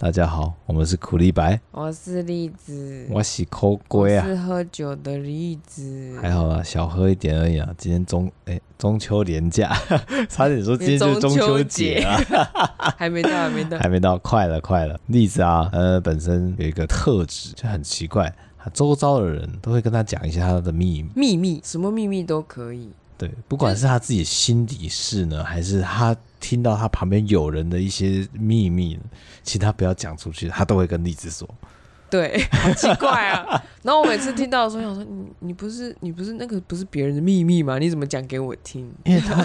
大家好，我们是苦力白，我是栗子，我洗抠龟我啊，是喝酒的栗子。还好啦，小喝一点而已啊。今天中哎、中秋连假， 差点说今天就是中秋节啊，还没到，还没 到。还没到，快了快了。栗子啊，呃，本身有一个特质就很奇怪，他周遭的人都会跟他讲一些他的秘密，秘密，什么秘密都可以。对，不管是他自己心底事呢，还是他听到他旁边有人的一些秘密呢，请他不要讲出去，他都会跟栗子说。对， 好奇怪啊！然后我每次听到的时候，想说你你不是你不是那个不是别人的秘密吗？你怎么讲给我听？因为 他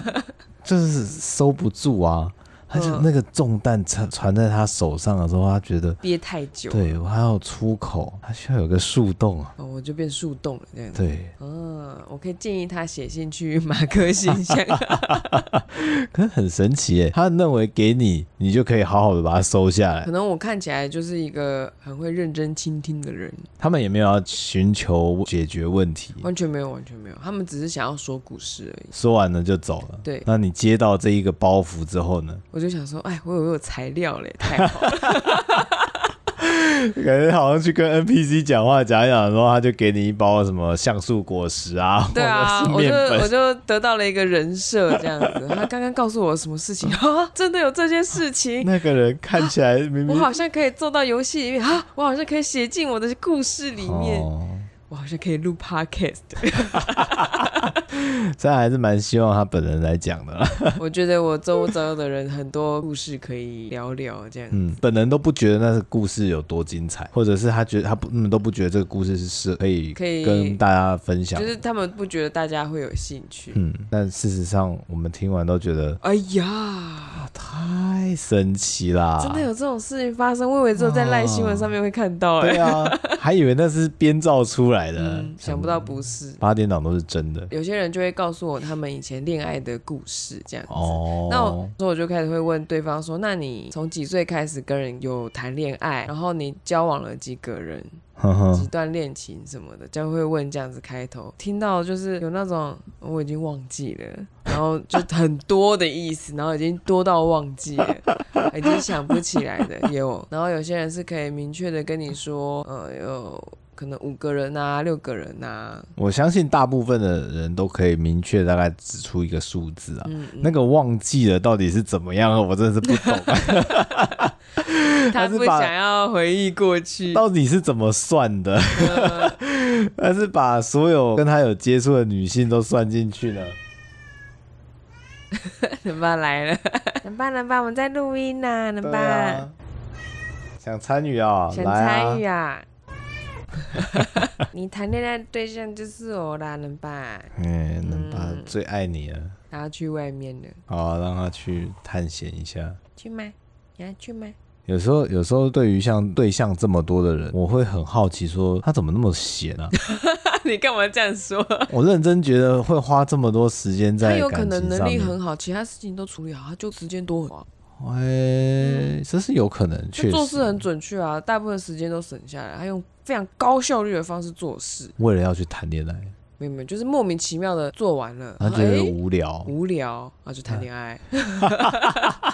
就是收不住啊，他就嗯那个重担传传在他手上的时候，他觉得憋太久，对我还要出口，他需要有个树洞啊。哦，我就变树洞了这样子。对，嗯，我可以建议他写信去马克信 箱。可是很神奇耶，他认为给你，你就可以好好的把它收下来可。能我看起来就是一个很会认真倾听的人，他们也没有要寻求解决问题，完全没有，完全没有，他们只是想要说故事而已。说完了就走了。对那你接到这一个包袱之后呢？我就想说，哎，我有我有材料嘞，太好了。感觉好像去跟 NPC 讲话，讲一讲，然后他就给你一包什么橡树果实啊，对啊，或我者是面就粉我就得到了一个人设这样子。他刚刚告诉我什么事情 啊？真的有这件事情，那个人看起来明我明好像可以做到游戏里面啊，我好像可以写进我的故事里面，哦，我好像可以录 podcast。 这还是蛮希望他本人来讲的啦。我觉得我周遭的人很多故事可以聊聊这样。嗯，本人都不觉得那个故事有多精彩，或者是他觉得他不，他们都不觉得这个故事是是可以可以跟大家分享就的。是他们不觉得大家会有兴趣。嗯，但事实上我们听完都觉得哎呀，太神奇啦！真的有这种事情发生，我以为只有在赖新闻上面会看到、哎、对 啊，还以为那是编造出来的，嗯，想不到不是。八点档都是真的有些人就会告诉我他们以前恋爱的故事，这样子。哦。那我所以我就开始会问对方说：“那你从几岁开始跟人有谈恋爱？然后你交往了几个人？哼几哼，段恋情什么的？”就会问这样子开头，听到就是有那种我已经忘记了，然后就很多的意思，然后已经多到忘记了，已经想不起来的也有。然后有些人是可以明确的跟你说，呃，有可能五个人啊，六个人啊， 我相信大部分的人都可以明确大概指出一个数字啊。嗯，嗯那个忘记了到底是怎么样，我真的是不懂。他还是不把想要回忆过去。嗯到底是怎么算的？ 但是把所有跟他有接触的女性都算进去了。 能爸来了，能爸能爸，我们在录音呐、能对爸、啊，想参与啊，想来参与啊！啊。 你谈恋爱对象就是我啦，能爸，嗯，能爸最爱你了，他要去外面了，好啊、让他去探险一下。去吗？你要去吗？有时候，有时候对于像对象这么多的人，我会很好奇说他怎么那么闲 啊？ 你干嘛这样说？我认真觉得会花这么多时间他在有可感能情能上力面。很好，其他事情都处理好，他就时间多很多，哎、这是有可能，确他实做事很准确啊，大部分时间都省下来，他用非常高效率的方式做事，为了要去谈恋爱，没有没有，就是莫名其妙的做完了，哎他然后觉得诶无聊，无聊啊就谈恋爱。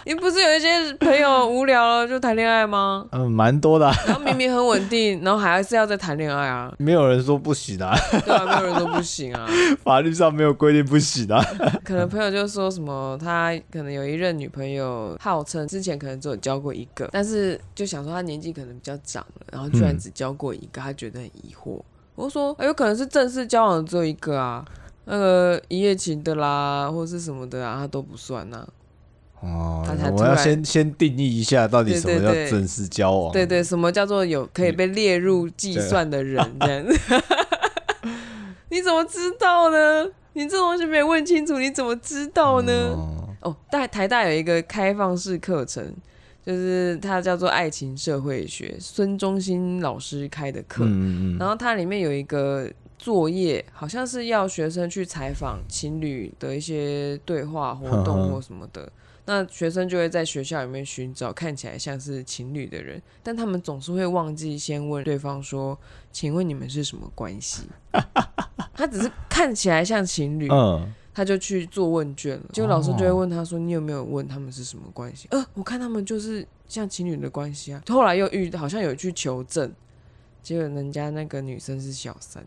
你不是有一些朋友无聊了就谈恋爱 吗？嗯，蛮多的啊、然后明明很稳定，然后还是要再谈恋爱啊？没有人说不行啊， 对 啊，没有人说不行啊。法律上没有规定不行啊。可能朋友就说什么，他可能有一任女朋友，号称之前可能只有交过一个，但是就想说他年纪可能比较长了，然后居然嗯只交过一个，他觉得很疑惑。我就说，哎有可能是正式交往的只有一个啊，那个一夜情的啦，或是什么的啊，他都不算呐、哦他才，我突要然先先定义一下，到底对什么对叫对正式交往？对对，什么叫做有可以被列入计算的人这样子？ 你怎么知道呢？你这东西没问清楚，你怎么知道呢？哦哦，大台大有一个开放式课程，就是它叫做《爱情社会学》，孙中兴老师开的课。嗯嗯嗯，然后它里面有一个作业，好像是要学生去采访情侣的一些对话活动或什么的。那学生就会在学校里面寻找看起来像是情侣的人，但他们总是会忘记先问对方说：“ 请问你们是什么关系？”他只是看起来像情侣，嗯，他就去做问卷了，结果老师哦就会问他说：“你有没有问他们是什么关系？”呃，我看他们就是像情侣的关系啊。后来又遇好像有去求证，结果人家那个女生是小 三，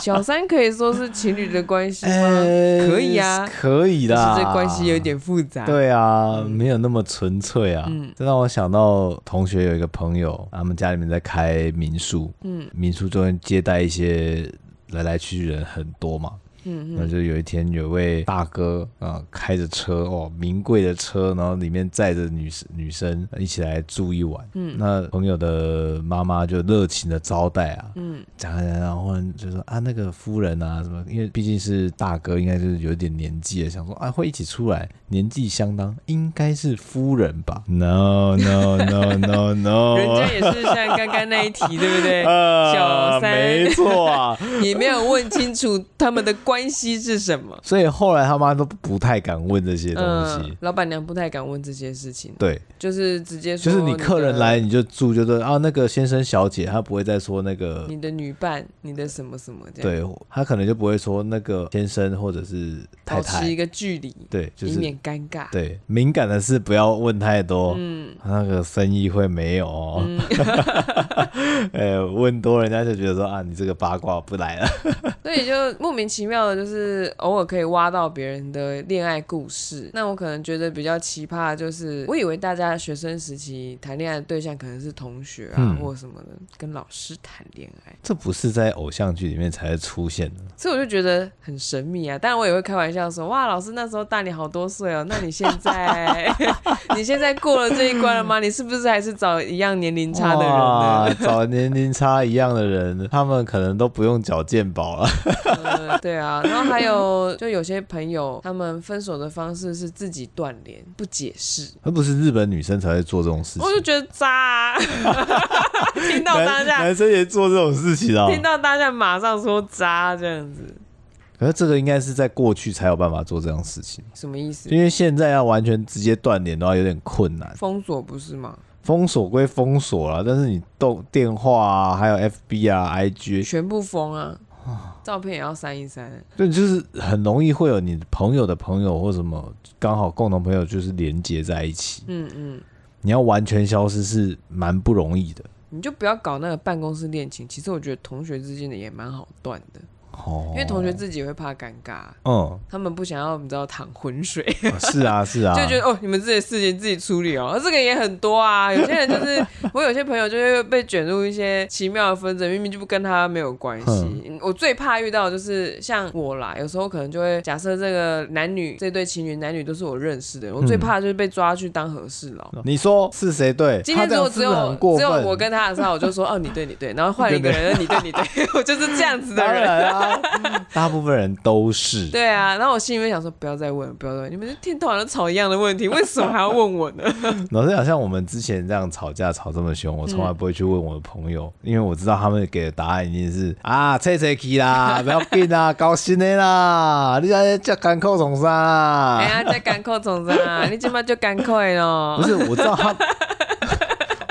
小三可以说是情侣的关系吗？哎可以啊可以只啦。是这关系有点复杂。对啊，没有那么纯粹啊。嗯这让我想到同学有一个朋友，他们家里面在开民宿，嗯民宿中间接待一些来来去去人很多嘛。嗯然后嗯，就有一天有一位大哥啊、呃开着车哦，名贵的车，然后里面载着女女生一起来住一晚。嗯那朋友的妈妈就热情的招待啊，嗯讲讲讲，然后忽然就说啊，那个夫人啊什么，因为毕竟是大哥，应该是有点年纪了，想说啊会一起出来，年纪相当，应该是夫人吧？No No No No No，人家也是像刚刚那一题，对 不对？呃小三 没错啊。也没有问清楚他们的关系是什么。所以后来他妈都不太敢问这些东西。嗯，老板娘不太敢问这些事情，对，就是直接就说是你客人的来你就住，就对啊，那个先生小姐，他不会再说那个 你的女伴、你的什么什么这样，对他可能就不会说那个先生或者是太保持一太，个距离，对，就以是免尴尬。对敏感的事不要问太多，嗯那个生意会没有、哦。 嗯，呃、问多人家就觉得说啊，你这个八卦不来了。 所以就莫名其妙的，就是偶尔可以挖到别人的恋爱故事。那我可能觉得比较奇葩，的就是我以为大家学生时期谈恋爱的对象可能是同学啊、嗯或什么的，跟老师谈恋爱，这不是在偶像剧里面才会出现的，所以我就觉得很神秘啊。当然我也会开玩笑说，哇，老师那时候大你好多岁哦，那你现 在你现在过了这一关了吗？你是不是还是找一样年龄差的人呢？哇找年龄差一样的人，他们可能都不用缴健保了。 呃对啊，然后还有就有些朋友，他们分手的方式是自己断联，不解释，而不是日本女生才会做这种事情我，就觉得渣、啊， 听到大男家男生也做这种事情啊、听到大家马上说渣这样子，可是这个应该是在过去才有办法做这种事情，什么意思？因为现在要完全直接断联的话有点困难。封锁不是吗？封锁归封锁了，但是你动电话啊，还有 FB 啊、IG，全部封啊， 照片也要删一删。对，就是很容易会有你朋友的朋友或什么刚好共同朋友就是连接在一起，嗯嗯，你要完全消失是蛮不容易的。你就不要搞那个办公室恋情。其实我觉得同学之间的也蛮好断的，哦，因为同学自己会怕尴尬，啊嗯，他们不想要你知道淌浑水。是啊，是啊，就觉得哦，你们自己的事情自己处理哦，这个也很多啊。有些 人就是，我有些朋友就会被卷入一些奇妙的纷争，明明就不跟他没有关系。我最怕遇到的就是像我啦，有时候可能就会假设这个男女这对情侣男女都是我认识嗯的人，我最怕就是被抓去当和事佬。你说是谁对？今天他这如果样是只不有是很过只有分？我跟他的时候，我就说哦你对你对，然后换一个人你对你对， 我就是这样子的当人。然啊， 大部分人都是。对啊，然后我心里面想说，不要再问了，不要再问，你们天到晚都吵一样的问题，为什么还要问我呢？老实讲，像我们之前这样吵架吵这么凶，我从嗯来不会去问我的朋友，因为我知道他们给的答案一定是啊，切切去 啦，不要紧啦，高兴的啦，你在叫干扣重伤哎啦。呀，在艰苦从啥？啊你今麦就艰苦的咯不，是，我知道 他，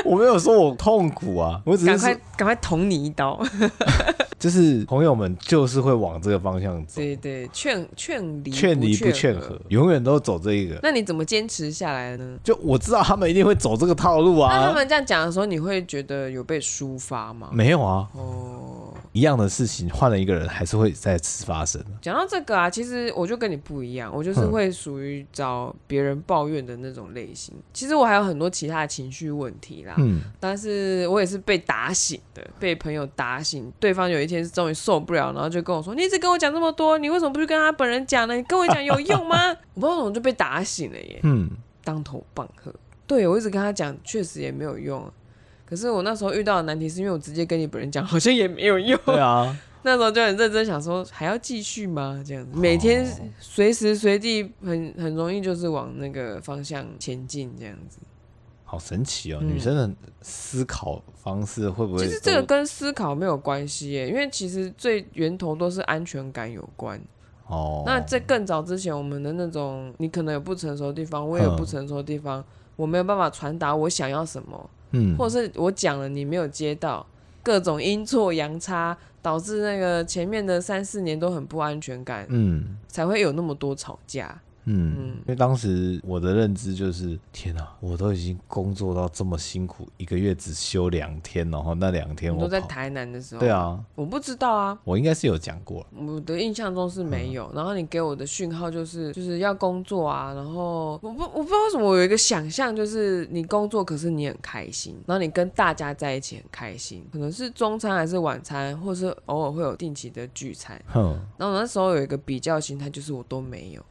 我没有说我痛苦啊，我只赶是快说赶快捅你一刀。就是朋友们就是会往这个方向走，对对，劝劝离，劝离不劝和和。，永远都走这一个。那你怎么坚持下来的呢？就我知道他们一定会走这个套路那他啊，们这样讲的时候，你会觉得有被抒发吗？没有啊，哦，一样的事情换了一个人还是会再次发生的。讲到这个啊，其实我就跟你不一样，我就是会属于找别人抱怨的那种类型。其实我还有很多其他的情绪问题啦，嗯。但是我也是被打醒的，被朋友打醒。对方有一天是终于受不了，然后就跟我说：“你一直跟我讲这么多，你为什么不去跟他本人讲呢？你跟我讲有 用吗？”我不知道怎么就被打醒了耶，嗯，当头棒喝。对我一直跟他讲，确实也没有用。可是我那时候遇到的难题是因为我直接跟你本人讲，好像也没有用。对啊，那时候就很认真想说，还要继续吗？这样哦子，每天随时随地很很容易就是往那个方向前进，这样子。 好神奇哦！嗯女生的思考方式会不会都？其实这个跟思考没有关系耶，因为其实最源头都是安全感有关。哦，那在更早之前，我们的那种你可能有不成熟的地方，我也嗯有不成熟的地方，我没有办法传达我想要什么，嗯，或者是我讲了你没有接到，各种阴错阳差，导致那个前面的三四年都很不安全感，嗯才会有那么多吵架。嗯嗯，因为当时我的认知就是，天哪、我都已经工作到这么辛苦，一个月只休两天，然后那两天你我都在跑台南的时候，对，啊，我不知道啊，我应该是有讲过了，我的印象中是没有。然后你给我的讯号就是就是要工作啊，然后我不我不知道为什么我有一个想象，就是你工作可是你很开心，然后你跟大家在一起很开心，可能是中餐还是晚餐，或是偶尔会有定期的聚餐。哼，然后我那时候有一个比较心态，就是我都没有。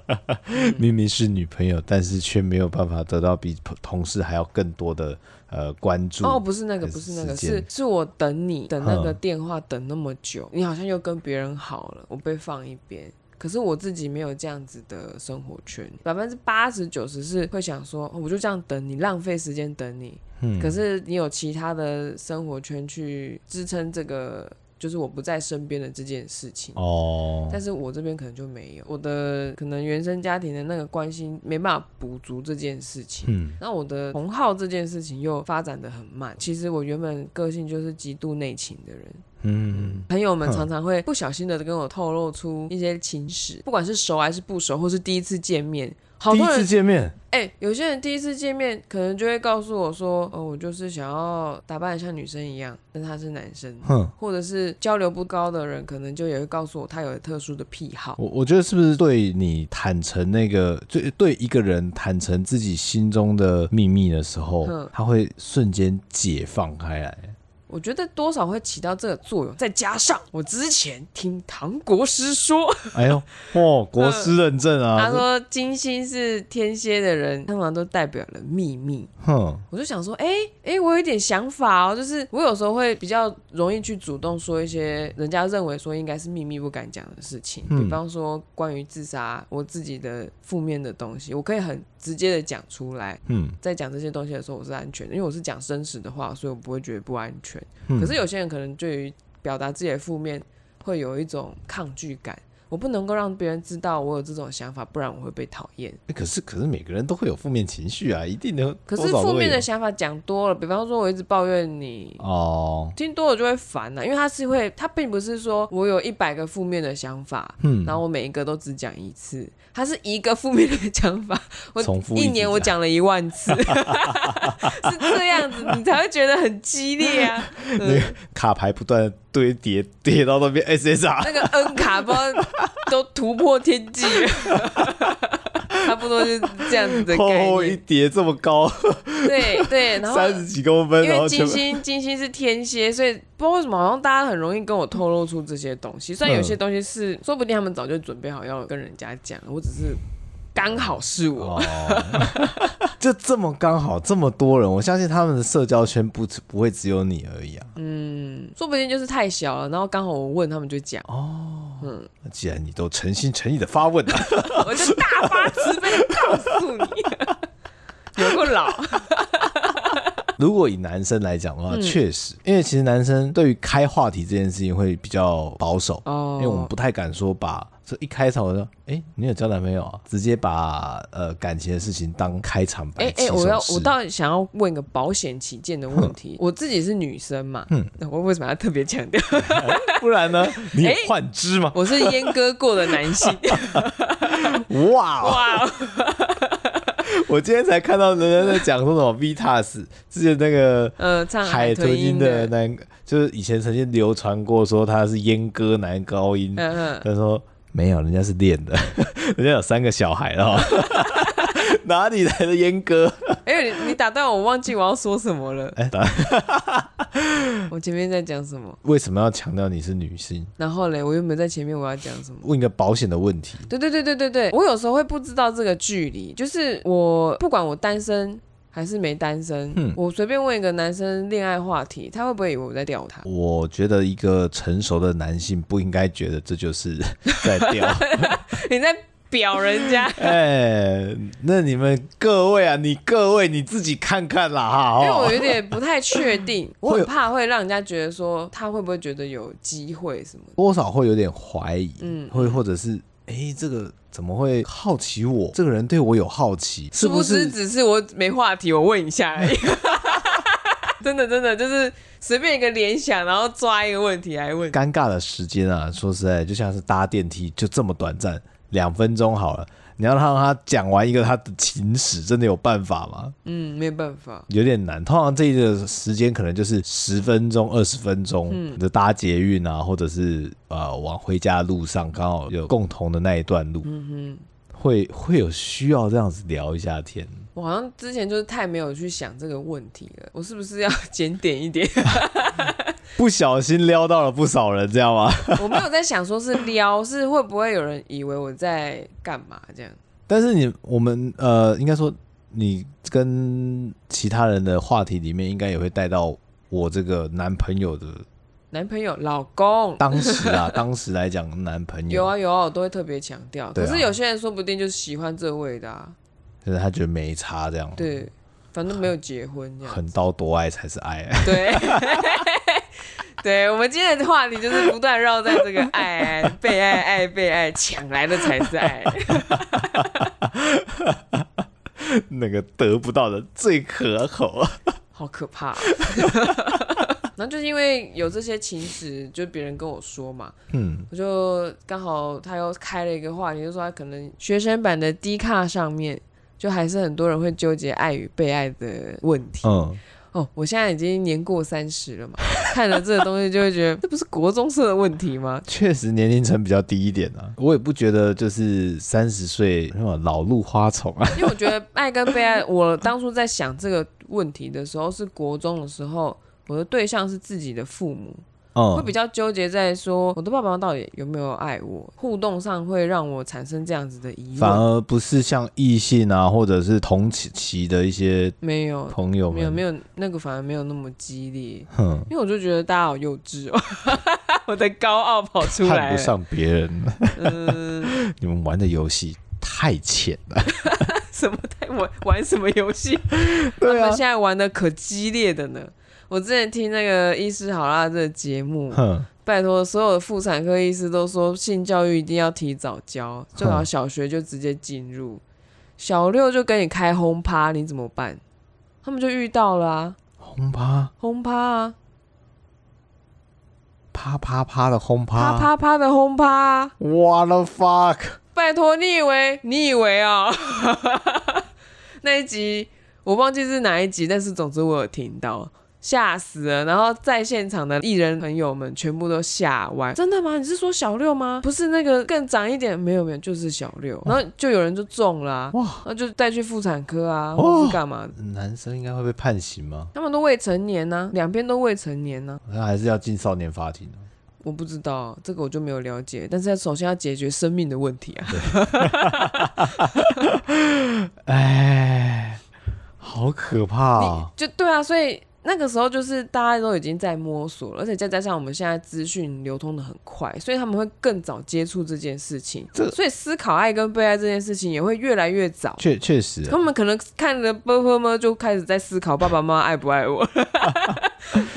明明是女朋友，但是却没有办法得到比同事还要更多的呃关注。哦，不是那个，还是不是那个，时是间是我等你等那个嗯电话等那么久，你好像又跟别人好了，我被放一边。可是我自己没有这样子的生活圈，百分之八十九十是会想说，哦我就这样等你，浪费时间等你。嗯可是你有其他的生活圈去支撑这个，就是我不在身边的这件事情。哦，但是我这边可能就没有，我的可能原生家庭的那个关心没办法补足这件事情。嗯那我的同好这件事情又发展的很慢。其实我原本个性就是极度内倾的人，嗯朋友们嗯常常会不小心的跟我透露出一些情史，不管是熟还是不熟，或是第一次见面。好第一多次人见面，哎、有些人第一次见面可能就会告诉我说，哦，我就是想要打扮的像女生一样，但他是男生，哼，或者是交流不高的人，可能就也会告诉我他有特殊的癖好。我我觉得是不是对你坦诚那个，对对一个人坦诚自己心中的秘密的时候嗯，他会瞬间解放开 来。我觉得多少会起到这个作用，再加上我之前听唐国师说，哎呦，哦，国师认证他啊，这说金星是天蝎的人，通常都代表了秘密。哼，我就想说，哎、哎、我有一点想法哦，就是我有时候会比较容易去主动说一些人家认为说应该是秘密不敢讲的事情，嗯比方说关于自杀，我自己的负面的东西，我可以很直接的讲出来。嗯，在讲这些东西的时候，我是安全的，因为我是讲真实的话，所以我不会觉得不安全。嗯可是有些人可能对于表达自己的负面会有一种抗拒感，我不能够让别人知道我有这种想法，不然我会被讨厌。哎可是可是每个人都会有负面情绪啊，一定的，可多是少都负会面的有想法讲多了，比方说我一直抱怨你。哦，听多了就会烦了、啊因为他是会，他并不是说我有一百个负面的想法，嗯然后我每一个都只讲一次，他是一个负面的想法，我重复一直年我讲了一万次， 是这样子，你才会觉得很激烈啊。那个卡牌不断地堆叠叠到那边 SSR，那个 N 卡不知道都突破天际了， 差不多就是这样子 的厚 概厚哦一念。叠这么高，对对，然后三十几公分，因然为后金全部星金星是天蝎，所以不知道为什么好像大家很容易跟我透露出这些东西。虽然有嗯些东西是说不定他们早就准备好要跟人家讲了，我只是刚好是我。哦，就这么刚好这么多人，我相信他们的社交圈不只不会只有你而已啊。嗯，说不定就是太小了，然后刚好我问他们就讲，哦那既然你都诚心诚意的发问啊 了、我就大发慈悲的告诉你，有够老。如果以男生来讲的嗯话，确、实，因为其实男生对于开话题这件事情会比较保守，哦因为我们不太敢说把。所以一开场我就说，哎、你有交男朋友啊？直接把呃感情的事情当开场白。哎哎、我要我倒想要问个保险起见的问嗯题。我自己是女生嘛，嗯，我为什么要特别强调？不然 呢？你有哎幻肢吗？我是阉割过的男 性。哇！哇，哦我今天才看到人家在讲说什么 Vitas，之前那个呃，唱海豚豚音音的的，男，就是以前曾经流传过说他是阉割男高音，嗯嗯，他说没有，人家是练的， 人家有三个小孩了 哦，哪里来的阉割？哎、你你打断我，我忘记我要说什么了。哎、打我前面在讲什么，为什么要强调你是女性？然后嘞，我又没有在前面我要讲什么。问一个保险的问题，对对对对对对，我有时候会不知道这个距离，就是我不管我单身还是没单身，嗯我随便问一个男生恋爱话题，他会不会以为我在钓他？我觉得一个成熟的男性不应该觉得这就是在 钓。你在表人家？哎、那你们各位啊，你各位你自己看看啦哈。因为我哦有点不太确定，我会有很怕会让人家觉得说他会不会觉得有机会什么。多少会有点怀疑，嗯会或者是哎、这个怎么会好奇我？这个人对我有好奇，是殊不不是 知只是我没话题，我问一下而已。真的真的就是随便一个联想，然后抓一个问题来问。尴尬的时间啊，说实在，就像是搭电梯，就这么短暂，两分钟好了。你要让他讲完一个他的情史，真的有办法吗？嗯，没办法，有点难。通常这个时间可能就是十分钟、二十分钟，嗯你的搭捷运啊，或者是呃往回家的路上，刚好有共同的那一段路，嗯会会有需要这样子聊一下天。哼，我好像之前就是太没有去想这个问题了，我是不是要检点一 点？不小心撩到了不少人，这样吗？我没有在想说是撩，是会不会有人以为我在干嘛这样？但是你我们呃，应该说你跟其他人的话题里面，应该也会带到我这个男朋友的。男朋友、老公，当时 啊，当时来讲，男朋友有啊有啊，我都会特别强调。对可啊是有些人说不定就是喜欢这味的啊，就是他觉得没差这样，，对，反正没有结婚这样。横刀夺爱才是爱。啊对，对，我们今天的话题就是不断绕在这个爱、爱被爱、爱被爱，抢来的才是爱。 那个得不到的最可口。啊好可怕、然后就是因为有这些情史，就别人跟我说嘛，嗯，我就刚好他又开了一个话题，就说他可能学生版的 D 卡上面，就还是很多人会纠结爱与被爱的问题。嗯，哦，我现在已经年过三十了嘛，看了这个东西就会觉得，这不是国中生的问题吗？确实年龄层比较低一点啊，我也不觉得就是三十岁那种老路花丛啊。因为我觉得爱跟被爱，我当初在想这个问题的时候，是国中的时候，我的对象是自己的父母，会嗯比，较纠结在说我的爸爸妈妈到底有没有爱我，互动上会让我产生这样子的疑反问。而不是像异性啊，或者是同期期的一些没有，朋友们，没有，没有，有，那个反而没有那么激烈，哼，因为我就觉得大家好幼稚哦， 我的高傲跑出看来不了。上别人， 嗯，你们玩的游戏太浅了。什么太玩玩什么游戏？对啊他们，现在玩的可激烈的呢。我之前听那个《医师好啦》这个节目，哼，拜托，所有的妇产科医师都说性教育一定要提早教，最好小学就直接进入。小六就跟你开轰趴，你怎么办？他们就遇到了啊，轰趴轰趴啊，啪啪啪的轰啪趴，啪啪的轰趴啊、 ，what the fuck，拜托，你以为你以为啊、 那一集我忘记是哪一集，但是总之我有听到，吓死了。然后在现场的艺人朋友们全部都吓歪，真的吗？你是说小六吗？不是那个更长一点？没有没有，就是小六。然后就有人就中了、啊，哦哇那就带去妇产科啊，哦或是干嘛的。男生应该会被判刑吗？他们都未成年呢、两边都未成年呢、那还是要进少年法庭啊我不知道这个我就没有了解，但是首先要解决生命的问题啊。哎，好可怕、你啊！就对啊，所以那个时候就是大家都已经在摸索了，而且再加上我们现在资讯流通的很快，所以他们会更早接触这件事情这，所以思考爱跟被爱这件事情也会越来越早。确确实啊，他们可能看了《波波么》就开始在思考爸爸妈妈爱不爱 我。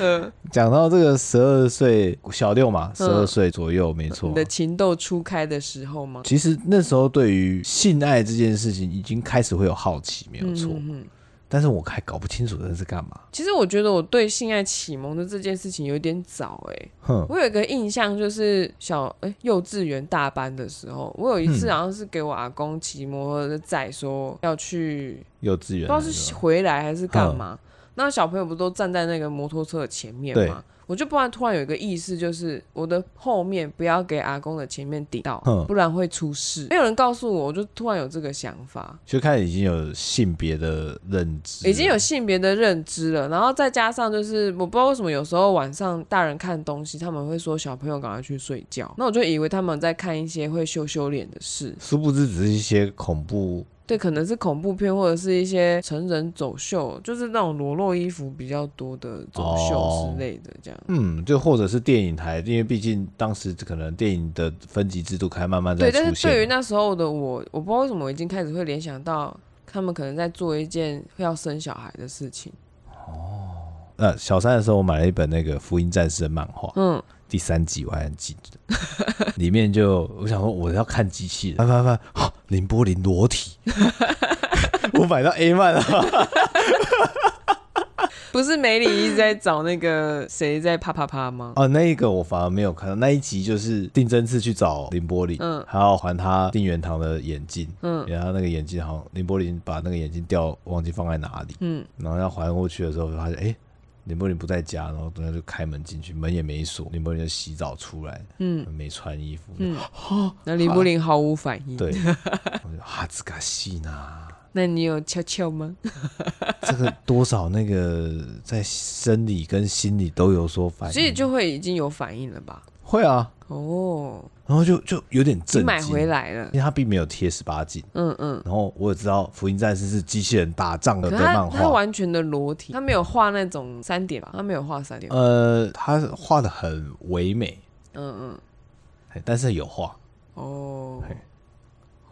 嗯，讲到这个十二岁小六嘛，十二岁左右，没错你。的情窦初开的时候吗？其实那时候对于性爱这件事情已经开始会有好奇，没有嗯错。嗯嗯但是我还搞不清楚这是干嘛。其实我觉得我对性爱启蒙的这件事情有点早哎、哼，我有一个印象，就是小哎、幼稚园大班的时候，我有一次好像是给我阿公骑摩托车载，说要去，幼稚不园知道那是时候回来还是干嘛。那小朋友不都站在那个摩托车的前面对吗？我就不然突然有一个意识，就是我的后面不要给阿公的前面顶到嗯，不然会出事。没有人告诉我，我就突然有这个想法，就开始已经有性别的认知了，已经有性别的认知了。然后再加上就是我不知道为什么有时候晚上大人看东西，他们会说小朋友赶快去睡觉，那我就以为他们在看一些会羞羞脸的事，殊不知只是一些恐怖。对，可能是恐怖片或者是一些成人走秀，就是那种裸露衣服比较多的走哦秀之类的这样。嗯，就或者是电影台，因为毕竟当时可能电影的分级制度开始慢慢在对，出现但了。是对于那时候的我，我不知道为什么我已经开始会联想到他们可能在做一件要生小孩的事情。呃，小三的时候，我买了一本那个《福音战士》的漫画，嗯，第三集我还很记得，里面就我想说我要看机器人，翻翻翻，哦林波林 啊裸体，我买到 A 漫了，不是梅里一直在找那个谁在啪啪啪吗？哦，那一个我反而没有看到，那一集就是定真次去找林玻璃，嗯还要还他定元堂的眼镜，嗯然后那个眼镜好像林玻璃把那个眼镜掉，忘记放在哪里，嗯，然后要还过去的时候，发现哎。诶林柏林不在家，然后他就开门进去，门也没锁。林柏林就洗澡出来，嗯，没穿衣服，嗯那林布林毫无反应。对，我就 哈兹卡西呢，那你有悄悄吗？这个多少那个在生理跟心理都有所反应，所以就会已经有反应了吧？会啊，哦，然后就就有点你震惊，买回来了因。为它并没有贴十八禁。嗯嗯，然后我也知道《福音战士》是机器人打仗的可的是他呃漫他画，完全的裸体，他没有画那种三点吧？他没有画三点。呃，他画的很唯美，嗯嗯，嘿但是有画。哦呃嘿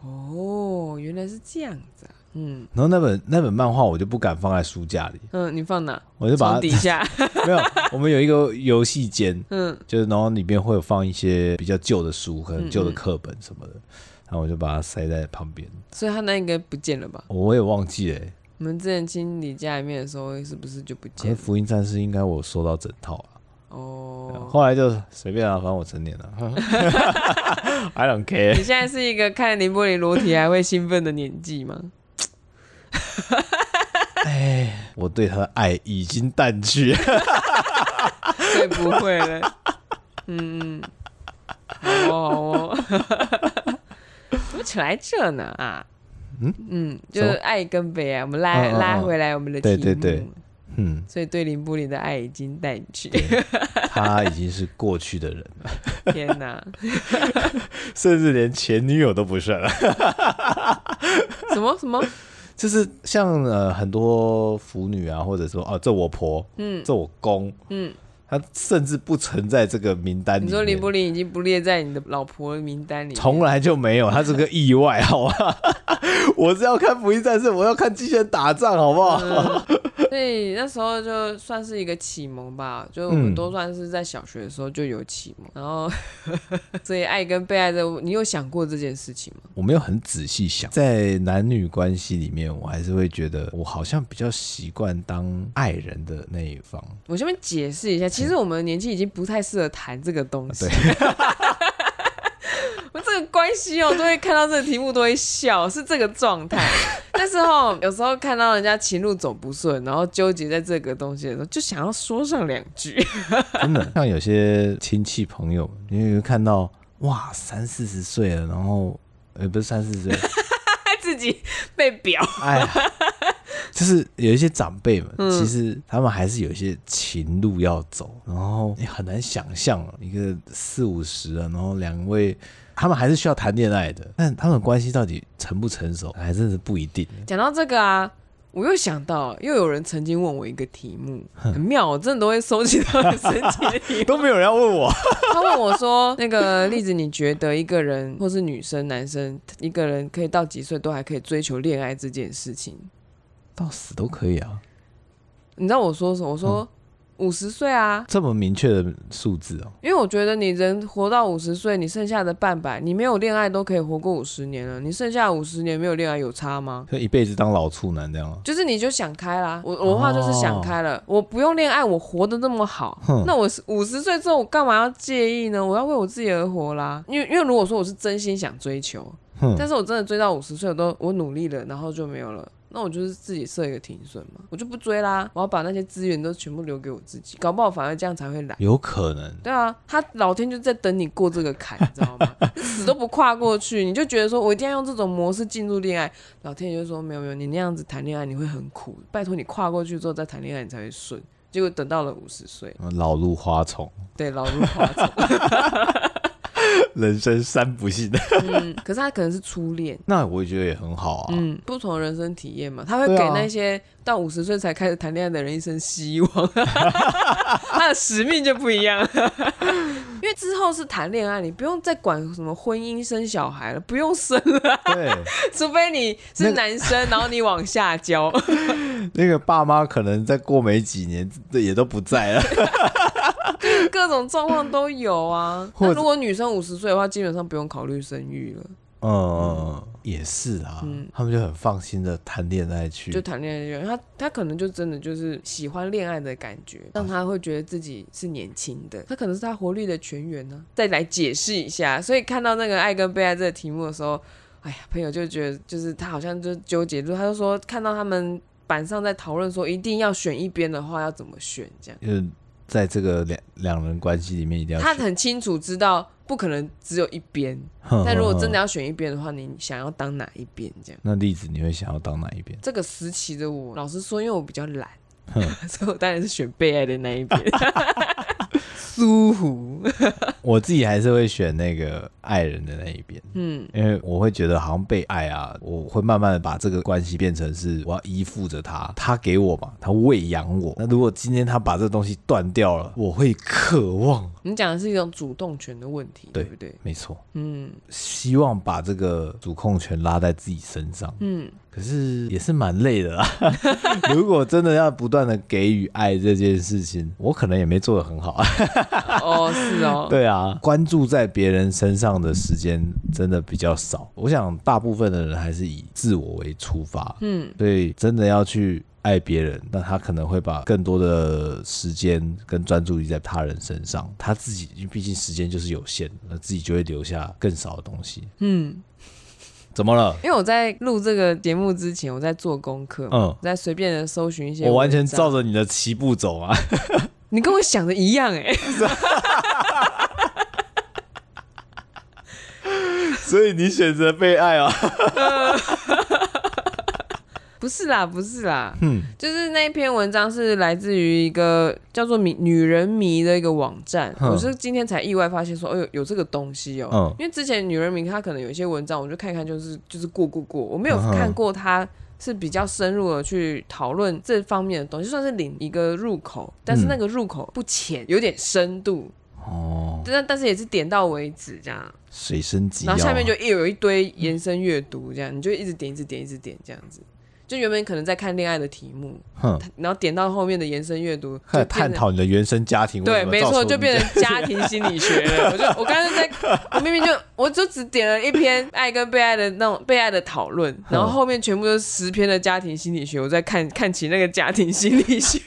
哦，原来是这样子啊。嗯然后那本那本漫画我就不敢放在书架里，嗯，你放哪？我就把床它底下。 没有。我们有一个游戏间，嗯就是然后里面会有放一些比较旧的书，可嗯能嗯旧的课本什么的，然后我就把它塞在旁边。所以他那应该不见了吧？我也忘记了、欸，我们之前清理家里面的时候，是不是就不可见是《了？福音战士》应该我收到整套了。哦，后来就随便啊，反正我成年了 ，I don't care 你。现在是一个看林柏林裸体还会兴奋的年纪吗？哎，我对他的爱已经淡去。 对，不会了。嗯，嗯，好哦，好哦。怎么扯来这呢？啊，嗯嗯，就是什么爱跟悲哀，我们嗯拉嗯嗯拉回来我们的题目。对对对嗯，所以对林布林的爱已经淡去。 他已经是过去的人了，天哪， 甚至连前女友都不算了。什么 什么？就是像呃很多腐女啊，或者说哦，这我婆，嗯这我公，嗯，她甚至不存在这个名单里你面。说林布林已经不列在你的老婆名单里？从来就没有，她是个意外，好吧？ 我是要看《福音战士》，我要看机器人打仗，好不好？所以那时候就算是一个启蒙吧，就我们都算是在小学的时候就有启蒙，然后 所以爱跟被爱的，你有想过这件事情吗？我没有很仔细想，在男女关系里面，我还是会觉得我好像比较习惯当爱人的那一方。我这边解释一下，其实我们的年纪已经不太适合谈这个东西。对 我这个关系哦，都会看到这个题目都会笑，是这个状态。 但是哦，有时候看到人家情路走不顺，然后纠结在这个东西的时候，就想要说上两句。 真的， 像有些亲戚朋友，你会看到哇，三四十岁了，然后呃，不是三四十岁， 他自己被表，哎呀，就是有一些长辈们，其实他们还是有一些情路要走，然后你很难想象一个四五十了，然后两位他们还是需要谈恋爱的，但他们的关系到底成不成熟，还真是不一定。讲到这个啊，我又想到，又有人曾经问我一个题目，很妙，我真的都会收集到很神奇的题目。 都没有人要问我， 他问我说：“那个栗子，你觉得一个人或是女生、男生，一个人可以到几岁都还可以追求恋爱这件事情？到死都可以啊，你知道我说什么？我说五十岁啊，这么明确的数字哦，因为我觉得你人活到五十岁，你剩下的半百，你没有恋爱都可以活过五十年了，你剩下五十年没有恋爱有差吗？”就一辈子当老处男这样啊。就是你就想开啦，哦我我的话就是想开了，我不用恋爱，我活得那么好，哼那我五十岁之后我干嘛要介意呢？我要为我自己而活啦。因为因为如果说我是真心想追求，哼但是我真的追到五十岁，我都我努力了，然后就没有了。那我就是自己设一个停损嘛，我就不追啦，我要把那些资源都全部留给我自己，搞不好反而这样才会懒。有可能，对啊，他老天就在等你过这个坎，你知道 吗？死都不跨过去，你就觉得说我一定要用这种模式进入恋爱，老天爷就说没有没有，你那样子谈恋爱你会很苦，拜托你跨过去之后再谈恋爱你才会顺。结果等到了五十岁，老入花丛，对，老入花丛。人生三不幸。嗯， 可是他可能是初恋。 那我觉得也很好啊。嗯，不同的人生体验嘛，他会对给啊那些到五十岁才开始谈恋爱的人一生希望， 他的使命就不一样。 因为之后是谈恋爱，你不用再管什么婚姻、生小孩了，不用生了，对，除非你是男生，然后你往下教。那个爸妈可能再过没几年也都不在 了。各种状况都有啊。啊或那者如果女生五十岁的话，基本上不用考虑生育了。嗯嗯嗯，也是啊，嗯他们就很放心的谈恋爱去，就谈恋爱，他他可能就真的就是喜欢恋爱的感觉，让他会觉得自己是年轻的。他可能是他活力的泉源呢、再来解释一下，所以看到那个爱跟被爱这个题目的时候，哎呀，朋友就觉得就是他好像就纠结，就他就说看到他们板上在讨论说一定要选一边的话要怎么选这样，就是在这个两两人关系里面一定要他选很清楚知道不可能只有一边，哼但如果哼真的哼要选一边的话，你想要当哪一边这 样？那例子，你会想要当哪一边？ 这个时期的我，老实说，因为我比较懒，嗯 所以我当然是选被爱的那 一边，舒服。我自己还是会选那个爱人的那一边，嗯，因为我会觉得好像被爱啊，我会慢慢的把这个关系变成是我要依附着他，他给我嘛，他喂养我。那如果今天他把这东西断掉了，我会渴望，你讲的是一种主动权的问题，对对不对？没错，嗯希望把这个主控权拉在自己身上。嗯，可是也是蛮累的啦。 如果真的要不断的给予爱这件事情，我可能也没做得很好。哦，是哦， 对啊，关注在别人身上的时间真的比较少。我想大部分的人还是以自我为出发，嗯，所以真的要去爱别人，那他可能会把更多的时间跟专注力在他人身上。他自己因为毕竟时间就是有限，那自己就会留下更少的东西。嗯，怎么了？因为我在录这个节目之前，我在做功课嘛，嗯我在随便的搜寻一些文我章，完全照着你的棋步走啊！ 你跟我想的一样哎、所以你选择被爱啊？不是啦，不是啦，嗯就是那一篇文章是来自于一个叫做“迷女人迷”的一个网站，嗯我是今天才意外发现说，哎呦，有这个东西哦、嗯因为之前女人迷她可能有一些文章，我就看一看，就是就是过过过，我没有嗯哼看过她是比较深入的去讨论这方面的东西，算是领一个入口，嗯但是那个入口不浅，有点深度，哦，但但是也是点到为止这样。水深及腰然啊。后下面就一有一堆延伸阅读，这样你就一直点，一直点，一直点这样子。就原本可能在看恋爱的题目，哼，然后点到后面的延伸阅读，开就始 探变成。讨你的原生家庭为对，什么没造错，成就你变这样成家庭心理学了。我就 我刚才在，我明明就我就只点了一篇爱跟被爱的那种被爱的讨论，嗯然后后面全部都是十篇的家庭心理学。我在看看起那个家庭心理学，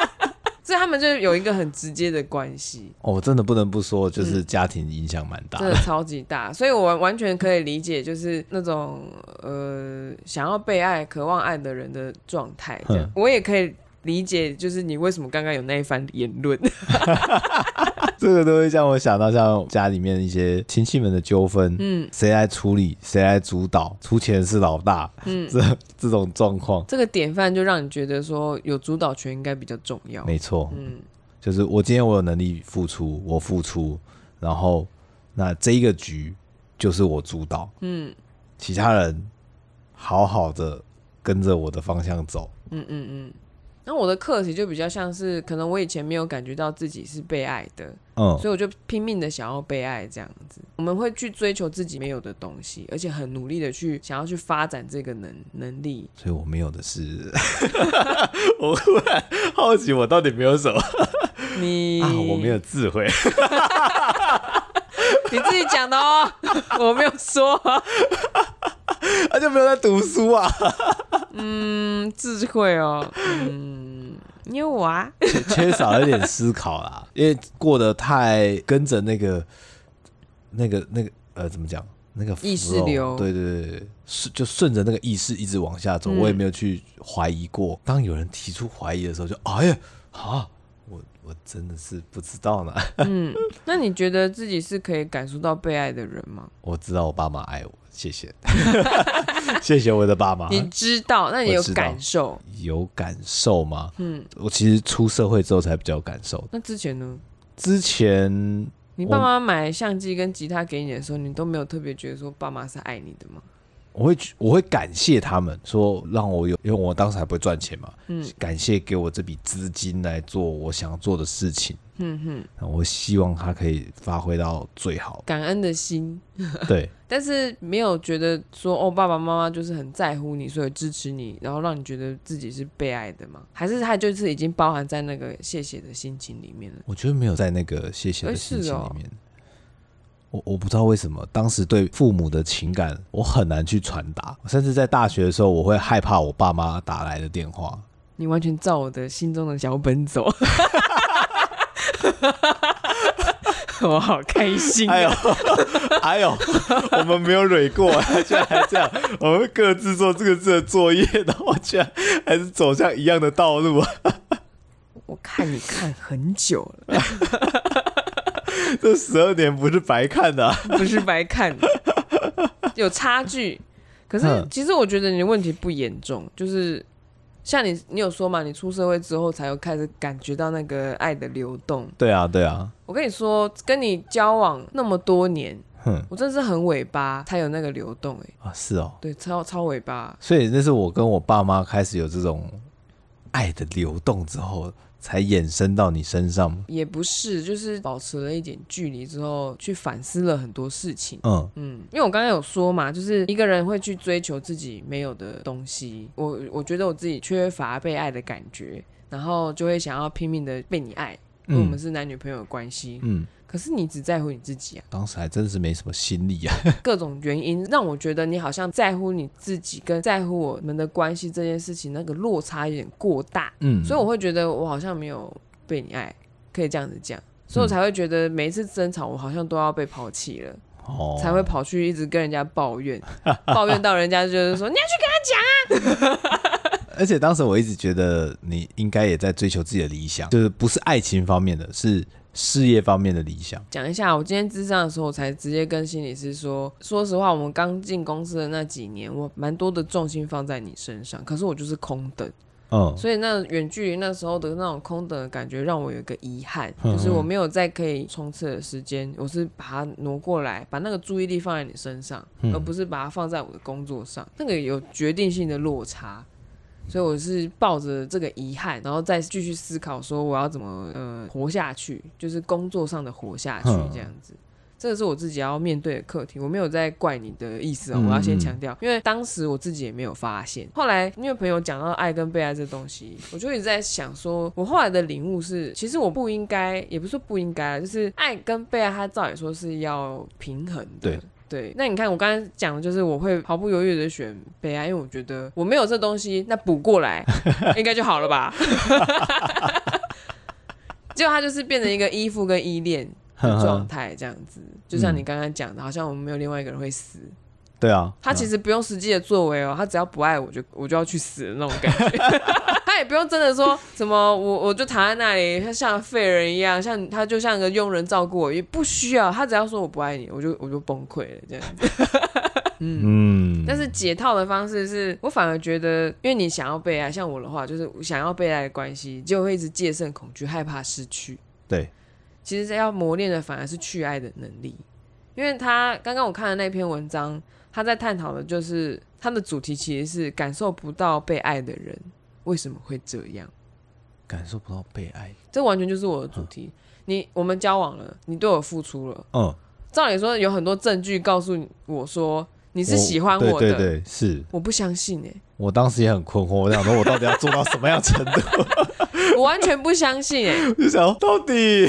所以他们就有一个很直接的关系，哦，我真的不能不说，嗯就是家庭影响蛮大真的的。超级大。所以我完完全可以理解，就是那种呃想要被爱、渴望爱的人的状态。这样嗯，我也可以理解，就是你为什么刚刚有那一番言论。 这个都会让我想到像家里面一些亲戚们的纠纷，嗯，谁来处理，谁来主导，出钱是老大，嗯 这这种状况， 这个典范就让你觉得说有主导权应该比较重要。没错，嗯，就是我今天我有能力付出，我付出，然后那这一个局就是我主导，嗯其他人好好的跟着我的方向走，嗯嗯嗯。那我的课题就比较像是，可能我以前没有感觉到自己是被爱的，嗯所以我就拼命的想要被爱这样子。我们会去追求自己没有的东西，而且很努力的去想要去发展这个能能力。所以我没有的是， 我忽然好奇我到底没有什么你啊？我没有，智慧， 你自己讲的哦， 我没有说。他就没有在读书啊。嗯，智慧哦，嗯，因为我啊，缺 缺少一点思考啦，因为过得太跟着那个、那个、那个呃，怎么讲？那个 flow, 意识流对对对对，顺就顺着那个意识一直往下走，嗯我也没有去怀疑过。当有人提出怀疑的时候就，哎呀啊，我我真的是不知道呢。 嗯，那你觉得自己是可以感受到被爱的人吗？我知道我爸妈爱我，谢谢， 谢谢我的爸妈。你知道，那你啊我有知道感受？有感受吗？嗯，我其实出社会之后才比较有感受的，那之前呢？之前你爸妈买相机跟吉他给你的时候，你都没有特别觉得说爸妈是爱你的吗？我会觉我会感谢他们，说让我有，因为我当时还不会赚钱嘛，嗯感谢给我这笔资金来做我想做的事情，哼嗯哼，。那我希望他可以发挥到最好 感恩的心，对，但是没有觉得说哦，爸爸妈妈就是很在乎你，所以支持你，然后让你觉得自己是被爱的吗？还是他就是已经包含在那个谢谢的心情里面了？我觉得没有在那个谢谢的哎心是情哦里面，我我不知道为什么，当时对父母的情感我很难去传达，甚至在大学的时候，我会害怕我爸妈打来的电话。你完全照我的心中的脚本走， 我好开心、啊。哎呦， 哎呦，我们没有蕊过， 居然还这样，我们各自做这个字的作业，然后居然还是走向一样的道路，啊我看你看很久了， 这十二年不是白看的啊、不是白 看的，有差距。可是嗯其实我觉得你的问题不严重，就是像你，你有说嘛，你出社会之后才有开始感觉到那个爱的流动。对啊，对啊，我跟你说，跟你交往那么多年，哼我真的是很尾巴才有那个流动、欸，哎，啊，是哦。对，超超尾巴。所以那是我跟我爸妈开始有这种爱的流动之后，才衍生到你身上吗。也不是，就是保持了一点距离之后，去反思了很多事情。嗯，嗯，因为我刚刚有说嘛，就是一个人会去追求自己没有的东西。我我觉得我自己缺乏被爱的感觉，然后就会想要拼命的被你爱，因为我们嗯是男女朋友的关系。嗯，可是你只在乎你自己啊，当时还真是没什么心力啊。各种原因让我觉得你好像在乎你自己跟在乎我们的关系这件事情，那个落差有点过大。嗯，所以我会觉得我好像没有被你爱，可以这样子讲，所以嗯我才会觉得每一次争吵，我好像都要被抛弃了，哦才会跑去一直跟人家抱怨，抱怨到人家就是说你 要去而且当时我一直觉得你应该也在追求自己的理想，就是不是爱情方面的，是事业方面的理想。讲一下，我今天智商的时候，我才直接跟心理师说，说实话，我们刚进公司的那几年，我蛮多的重心放在你身上，可是我就是空等。嗯，所以那远距离那时候的那种空等的感觉，让我有一个遗憾，嗯就是我没有在可以冲刺的时间，我是把它挪过来，把那个注意力放在你身上，嗯而不是把它放在我的工作上，那个有决定性的落差。所以我是抱着这个遗憾，然后再继续思考说我要怎么呃活下去，就是工作上的活下去嗯这样子。这个是我自己要面对的课题，我没有在怪你的意思哦、嗯我要先强调，因为当时我自己也没有发现。后来因为朋友讲到爱跟被爱这东西，我就一直在想说，我后来的领悟是，其实我不应该，也不是不应该，啊就是爱跟被爱，它照理说是要平衡的。对对，那你看我刚才讲的就是我会毫不犹豫的选被爱，因为我觉得我没有这东西，那补过来应该就好了吧。 结果它就是变成一个依附跟依恋， 的状态，这样子，就像你刚刚讲的，好像我们没有另外一个人会死，对啊，他其实实不用实际的作为哦，他只要不爱我就我就要去死的那种感觉， 他也不用真的说什么我我就躺在那里，他像废人一样，像他就像个佣人照顾我，也不需要，他只要说我不爱你，我就我就崩溃了这样子。嗯，但是解套的方式是我反而觉得，因为你想要被爱，像我的话就是想要被爱的关系，就会一直戒慎恐惧，害怕失去。对，其实要磨练的反而是去爱的能力，因为他刚刚我看的那篇文章，他在探讨的就是他的主题其实是感受不到被爱的人为什么会这样，感受不到被爱。这完全就是我的主题。你我们交往了，你对我付出了，嗯，照理说有很多证据告诉我说你你是喜欢我的，对对对，是我不相信哎、我当时也很困惑，我想说我到底要做到什么样程度？ 我完全不相信哎、 我就想说到底，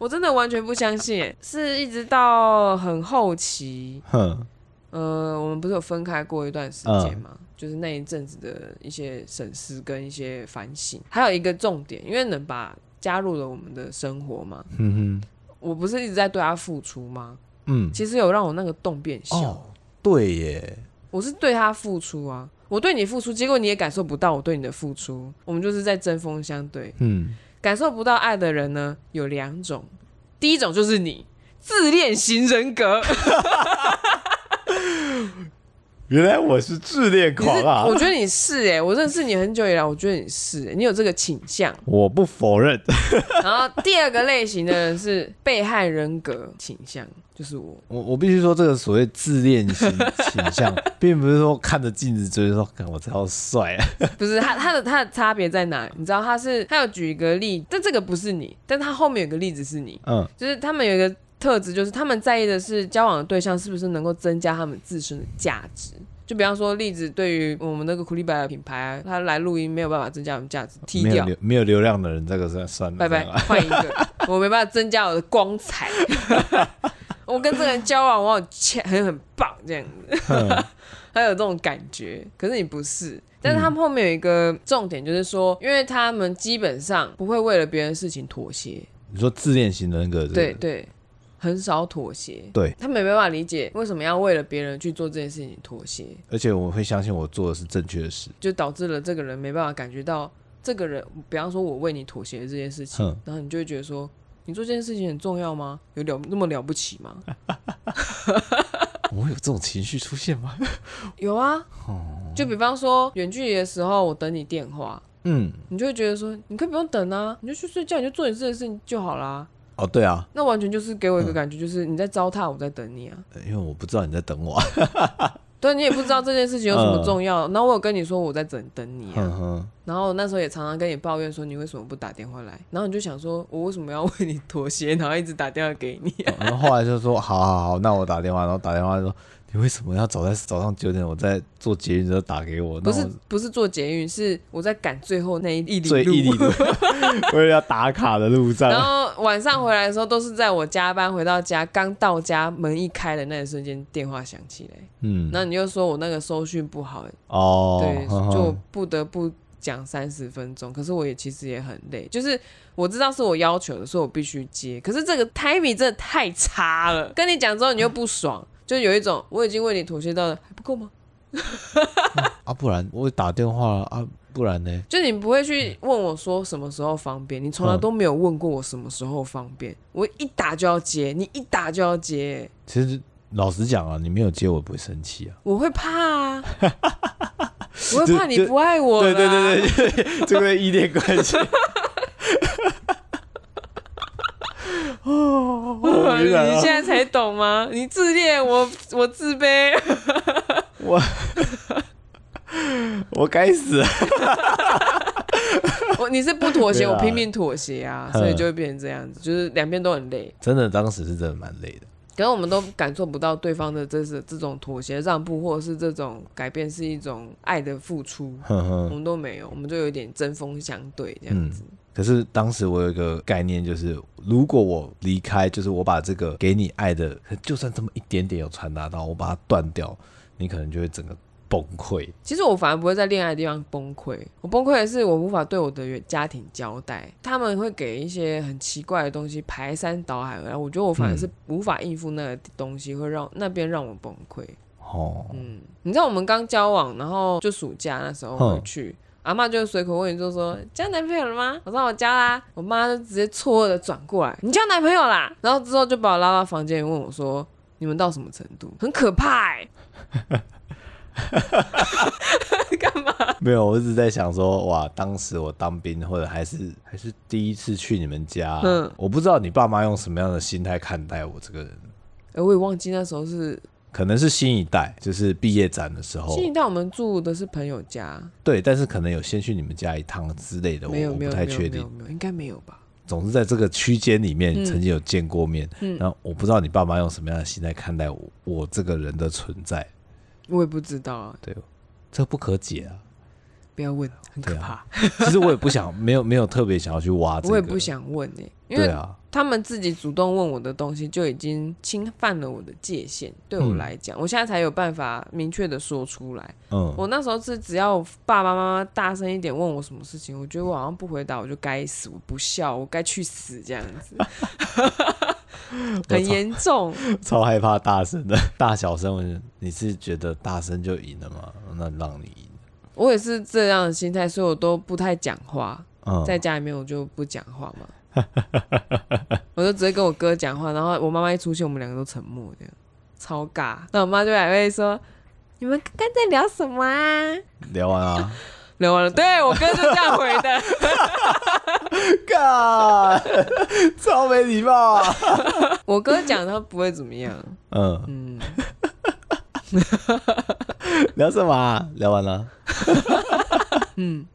我真的完全不相信哎、是一直到很后期，哼，呃，我们不是有分开过一段时间吗？就是那一阵子的一些审视跟一些反省，还有一个重点，因为能把加入了我们的生活嘛，嗯哼，我不是一直在对他付出吗？嗯，其实有让我那个洞变小，哦，对耶，我是对他付出啊，我对你付出，结果你也感受不到我对你的付出，我们就是在针锋相对。嗯，感受不到爱的人呢，有两种，第一种就是你自恋型人格，原来我是自恋你是狂啊，我觉得你是哎、我认识你很久以来，我觉得你是、欸，你有这个倾向。我不否认，然后第二个类型的人是被害人格倾向，就是我。我我必须说，这个所谓自恋型 倾向，并不是说看着镜子就是说，看我超帅啊，不是他他的他的差别在哪？你知道他是他有举一个例，但这个不是你，但他后面有个例子是你，嗯，就是他们有一个特质，就是他们在意的是交往的对象是不是能够增加他们自身的价值。就比方说，例子对于我们那个苦力白的品牌啊，他来录音没有办法增加我们价值，踢没有掉，流没有流量的人，这个算算了，拜拜这样啊，换一个，我没办法增加我的光彩。我跟这个人交往，我很强很很棒这样子，嗯 还有这种感觉。可是你不是，但是嗯他们后面有一个重点，就是说，因为他们基本上不会为了别人的事情妥协，你说自恋型的人格是不对是，对，很少妥协。对他们也没办法理解为什么要为了别人去做这件事情妥协，而且我会相信我做的是正确的事。就导致了这个人没办法感觉到这个人，比方说我为你妥协这件事情哼，然后你就会觉得说，你做这件事情很重要吗？有了那么了不起吗？哦我有这种情绪出现 吗？有啊，就比方说远距离的时候，我等你电话，嗯，你就会觉得说，你可以不用等啊，你就去睡觉，你就做你自己的事情就好啦。哦，对啊，那完全就是给我嗯一个感觉，就是你在糟蹋我在等你啊。因为我不知道你在等我、啊。对你也不知道这件事情有什么嗯重要，然后我有跟你说我在等等你哼啊，哼，然后那时候也常常跟你抱怨说你为什么不打电话来，然后你就想说我为什么要为你妥协，然后一直打电话给你、啊，嗯然后后来就说，好好好，那我打电话，然后打电话就说，你为什么要早在早上九点我在做捷运的时候打给我？不那是我不是做捷运，是我在赶最后那一一里最路，啊毅力 的，为了要打卡的路然上，后晚上回来的时候都是在我加班回到家，刚到家门一开的那一瞬间电话响起来，嗯，那你就说我那个收讯不好，哦，对，哼哼就不得不讲三十分钟。可是我也其实也很累，就是我知道是我要求的，所以我必须接。可是这个 timing 真的太差了，跟你讲之后你又不爽，就有一种我已经为你妥协到了，还不够吗？啊，不然我打电话了啊，不然呢？就你不会去问我说什么时候方便，你从来嗯都没有问过我什么时候方便。我一打就要接，你一打就要接，其实老实讲啊，你没有接我不会生气啊。我会怕啊，我会就怕你就不爱我啦。对对 对对，啊 这个依恋关 系。哦，我明白你现了。在才懂吗？你自恋，我我自卑。我我该死啊！ 我你是不妥协，对啊我拼命妥协啊，嗯所以就会变成这样子，就是两边都很累。真的，当时是真的蛮累的。可是我们都感受不到对方的这是这种妥协、让步，或者是这种改变是一种爱的付出，哼我哼，们都没有，我们就有点针锋相对这样嗯子。。可是当时我有一个概念，就是如果我离开，就是我把这个给你爱的，就算这么一点点有传达到，我把它断掉，你可能就会整个崩溃。其实我反而不会在恋爱的地方崩溃，我崩溃的是我无法对我的原家庭交代，他们会给一些很奇怪的东西排山倒海而来，我觉得我反而嗯是无法应付那个东西，会让那边让我崩溃。哦，嗯，你知道我们刚交往，然后就暑假那时候回去，阿妈就随口问你就说交男朋友了吗？我说我交啦，我妈就直接错愕的转过来，你交男朋友啦？然后之后就把我拉到房间里问我说。你们到什么程度？很可怕哎、干嘛？ 没有，我只是在想说，哇，当时我当兵或者还是还是第一次去你们家，嗯我不知道你爸妈用什么样的心态看待我这个人，哎、我也忘记那时候是可能是新一代，就是毕业展的时候，新一代，我们住的是朋友家，对，但是可能有先去你们家一趟之类的，我没有哦我没不有太没确有没有定。没有，应该没有吧？总之在这个区间里面嗯曾经有见过面，嗯然后我不知道你爸妈用什么样的心态看待我我这个人的存在，我也不知道啊，对，这不可解啊。不要问，很可对怕。啊其实我也不想，没有没有特别想要去挖这个，我也不，想问哎、因对为啊，他们自己主动问我的东西，就已经侵犯了我的界限。对我嗯来讲，我现在才有办法明确的说出来。嗯，我那时候是只要爸爸妈妈大声一点问我什么事情，我觉得我好像不回答，我就该死，我不孝，我该去死这样 子，我很操严重。 超害怕大声的，大小声。我就你是觉得大声就赢了吗？那让你赢。我也是这样的心态，所以我都不太讲话，嗯，在家里面我就不讲话嘛。 我就直接跟我哥讲话，然后我妈妈一出现，我们两个都沉默，这样超尬。那我妈就还会说：“你们刚刚在聊什么啊聊完啊，？”聊完了，对我哥就这样回的。 干，超没礼貌、啊。我哥讲他不会怎么样， 嗯，嗯，聊什么啊、聊完了、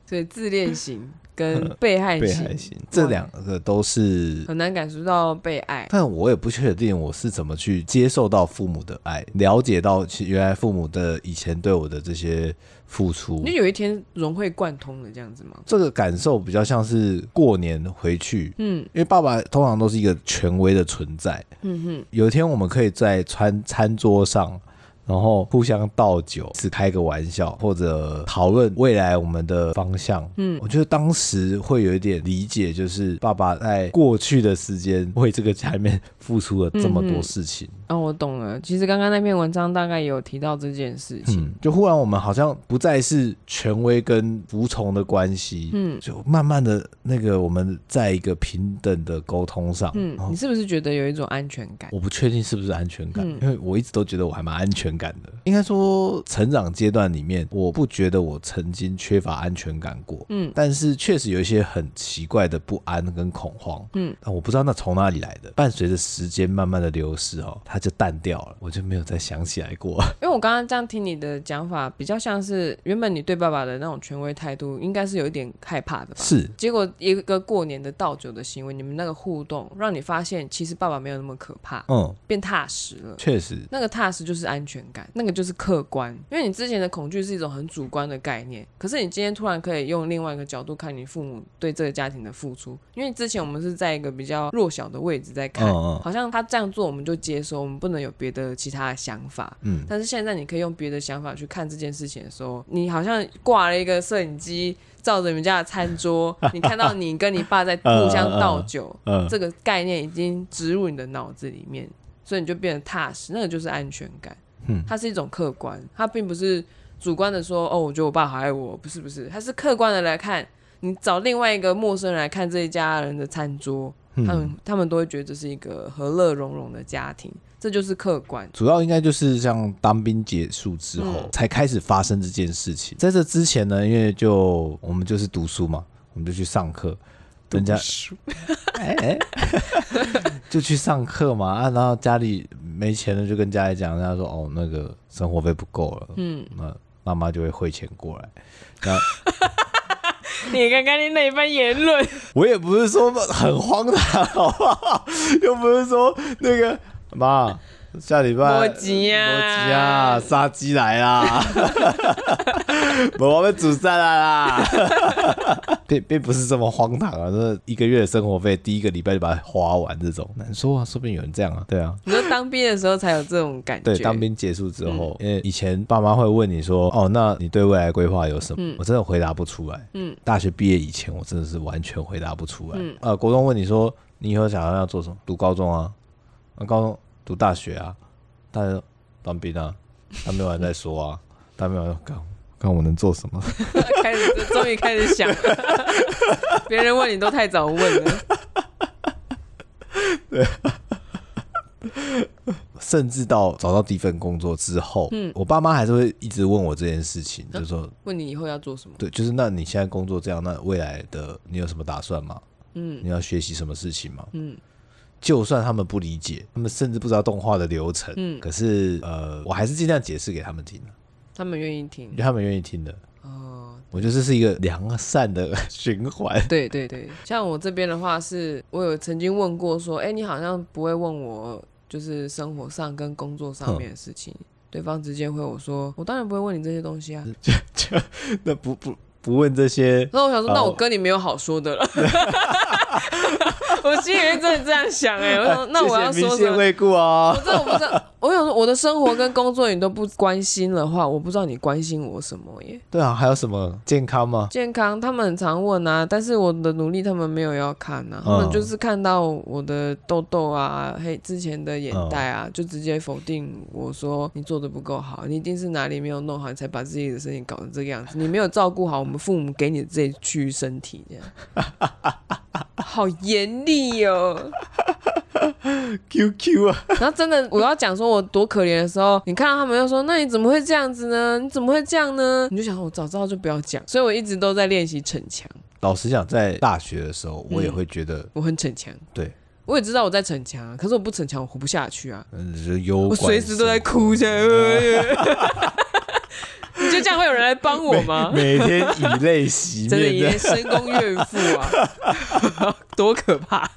所以自恋型跟被 害被型害型，这两个都是。很难感受到被爱。但我也不确定我是怎么去接受到父母的爱，了解到其原来父母的以前对我的这些付出你。有一天融会贯通的这样子吗？这个感受比较像是过年回去，嗯因为爸爸通常都是一个权威的存在。嗯哼，有一天我们可以在餐餐桌上，然后互相倒酒，只开个玩笑，或者讨论未来我们的方向。嗯我觉得当时会有一点理解，就是爸爸在过去的时间为这个家里面付出了这么多事情。哦，我懂了。其实刚刚那篇文章大概也有提到这件事情。嗯，就忽然我们好像不再是权威跟服从的关系，嗯就慢慢的那个我们在一个平等的沟通上，哦嗯然后你是不是觉得有一种安全感？我不确定是不是安全感，嗯因为我一直都觉得我还蛮安全感的。应该说，成长阶段里面，我不觉得我曾经缺乏安全感过，嗯但是确实有一些很奇怪的不安跟恐慌，嗯，但我不知道那从哪里来的。伴随着时间慢慢的流逝，哦，它就淡掉了，我就没有再想起来过。因为我刚刚这样听你的讲法，比较像是原本你对爸爸的那种权威态度，应该是有一点害怕的吧？是，结果一个过年的倒酒的行为，你们那个互动，让你发现其实爸爸没有那么可怕，嗯，变踏实了。确实，那个踏实就是安全感，那个就是客观，因为你之前的恐惧是一种很主观的概念，可是你今天突然可以用另外一个角度看你父母对这个家庭的付出，因为之前我们是在一个比较弱小的位置在看，嗯嗯好像他这样做我们就接受，我们不能有别的其他的想法。嗯，但是现在你可以用别的想法去看这件事情的时候，你好像挂了一个摄影机照着你们家的餐 桌，你看到你跟你爸在互相倒酒，嗯这个概念已经植入你的脑子里面，所以你就变得踏实，那个就是安全感。嗯它是一种客观，它并不是主观的说哦，我觉得我爸好爱我，不是不是，它是客观的来看。你找另外一个陌生人来看这一家人的餐桌，嗯他们他们都会觉得这是一个和乐融融的家庭，这就是客观。主要应该就是像当兵结束之后、嗯才开始发生这件事情。在这之前呢，因为就我们就是读书嘛，我们就去上课，人家 哎哎 就去上课嘛啊，然后家里没钱了就跟家里讲，人家说哦那个生活费不够了，嗯，那妈妈就会汇钱过来。那你刚刚的那一番言论，我也不是说很荒唐，好不好？又不是说那个妈。下礼拜莫吉啊莫吉啊，杀鸡来啦！我们煮散了啦，并并不是这么荒唐啊！这一个月的生活费，第一个礼拜就把它花完，这种难说啊，说不定有人这样啊，对啊。 你说当兵的时候才有这种感觉。对，当兵结束之后，嗯因为以前爸妈会问你说：“哦，那你对未来规划有什么？”我真的回答不出来。嗯，大学毕业以前，我真的是完全回答不出来。嗯呃，国中问你说：“你以后想要要做什么？”读高中啊，啊高中读大学啊，大学当兵啊，当兵完再说啊， 当兵完干看我能做什么？ 开始终于开始想了， 别人问你都太早问了。甚至到找到第一份工作之后，嗯，我爸妈还是会一直问我这件事嗯情，就说。问你以后要做什么？对，就是那你现在工作这样，那未来的你有什么打算吗？嗯你要学习什么事情吗？嗯就算他们不理解，他们甚至不知道动画的流程，嗯可是呃，我还是尽量解释给他们听，啊他们愿意因听为他们愿意听的。哦。我觉得这是一个良善的 循环。对对对，像我这边的话是，我有曾经问过说，哎，你好像不会问我，就是生活上跟工作上面的事情。嗯对方直接回我说，我当然不会问你这些东西啊。那不不不问这些，然后我想说，那哦我跟你没有好说的了。 我心里面真的这样想哎、我想说，那我要啊谢谢说明什谢么？未顾哦。我真的不知道，我想说我的生活跟工作你都不关心的话，我不知道你关心我什么耶。对啊，还有什么健康吗？健康他们很常问啊，但是我的努力他们没有要看啊，他们就是看到我的痘痘啊、黑之前的眼袋啊，就直接否定我说你做的不够好，你一定是哪里没有弄好，你才把自己的身体搞成这个样子，你没有照顾好我们父母给你的这一区身体，这样，好严厉哦。 QQ 啊，然后真的我要讲说我多可怜的时候，你看到他们又说，那你怎么会这样子呢？你怎么会这样呢？你就想我早知道就不要讲，所以我一直都在练习逞强，老实讲，在大学的时候，我嗯也会觉得，我很逞强，对，我也知道我在逞强啊，可是我不逞强我活不下去啊，嗯，就是有哎 我随时都在哭，这样，你就就这样会有人来帮我吗？每天以泪洗啊 真的，面一的个深宫怨妇啊， 多可怕！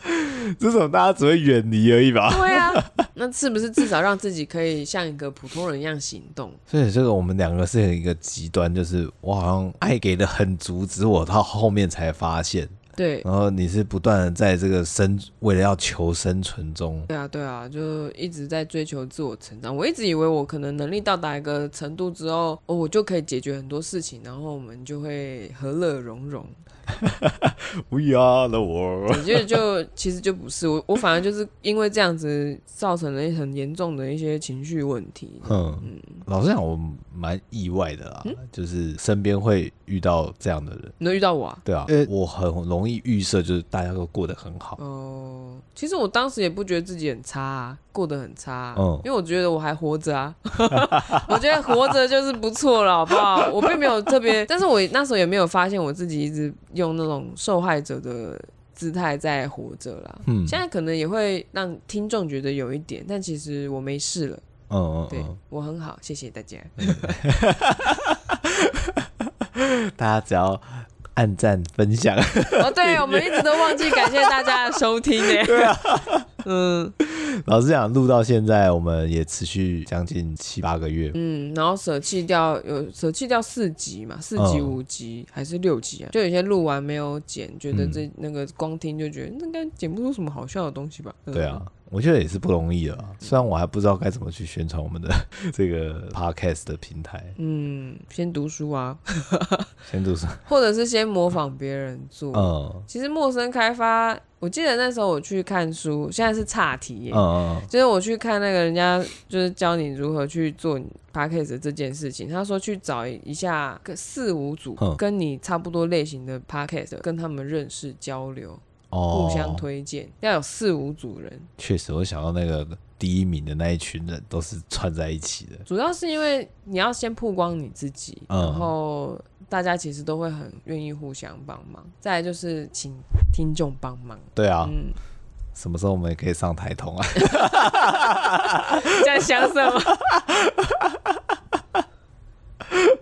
这种大家只会远离而已吧。对啊，那是不是至少让自己可以像一个普通人一样行动？所以这个我们两个是一个极端，就是我好像爱给的很足，只我到后面才发现，对，然后你是不断的在这个生为了要求生存中，对啊，对啊，就一直在追求自我成长。我一直以为我可能能力到达一个程度之后，哦，我就可以解决很多事情，然后我们就会和乐融融。 We are the world。我觉得就其实就不是我，我反而就是因为这样子造成了很严重的一些情绪问题。嗯，老实讲，我蛮意外的啦，就是身边会遇到这样的人，你都遇到我啊？对啊，因为我很容易预设就是大家都过得很好，哦、其实我当时也不觉得自己很差、啊，过得很差、啊，嗯因为我觉得我还活着啊， 我觉得活着就是不错了，好不好？我并没有特别，但是我那时候也没有发现我自己一直用那种受害者的姿态在活着啦。嗯现在可能也会让听众觉得有一点，但其实我没事了，嗯对、嗯我很好，谢谢大家。嗯，大家只要按赞分享， 哦，对，我们一直都忘记感谢大家的收 听呢。对啊， 嗯老实讲，录到现在，我们也持续将近七八个月，嗯，然后舍弃掉有舍弃掉四集嘛，四集、嗯嗯五集还是六集啊？就有些录完没有剪，觉得这那个光听就觉得嗯那应该剪不出什么好笑的东西吧？嗯对啊，。我觉得也是不容易的啊，虽然我还不知道该怎么去宣传我们的 这个 podcast 的平台，嗯，先读书啊， 先就是或者是先模仿别人做。嗯其实陌生开发，我记得那时候我去看书，现在是岔题耶。嗯嗯就是我去看那个人家，就是教你如何去做你 podcast 这件事情。他说去找一下个四五组嗯跟你差不多类型的 podcast，跟他们认识交流，哦，互相，推荐，要有四五组人。确实，我想到那个第一名的那一群人都是串在一起的，主要是因为你要先曝光你自己，嗯然后大家其实都会很愿意互相帮忙。再来就是请听众帮忙，对啊，嗯，什么时候我们也可以上台通啊？ 在想什么？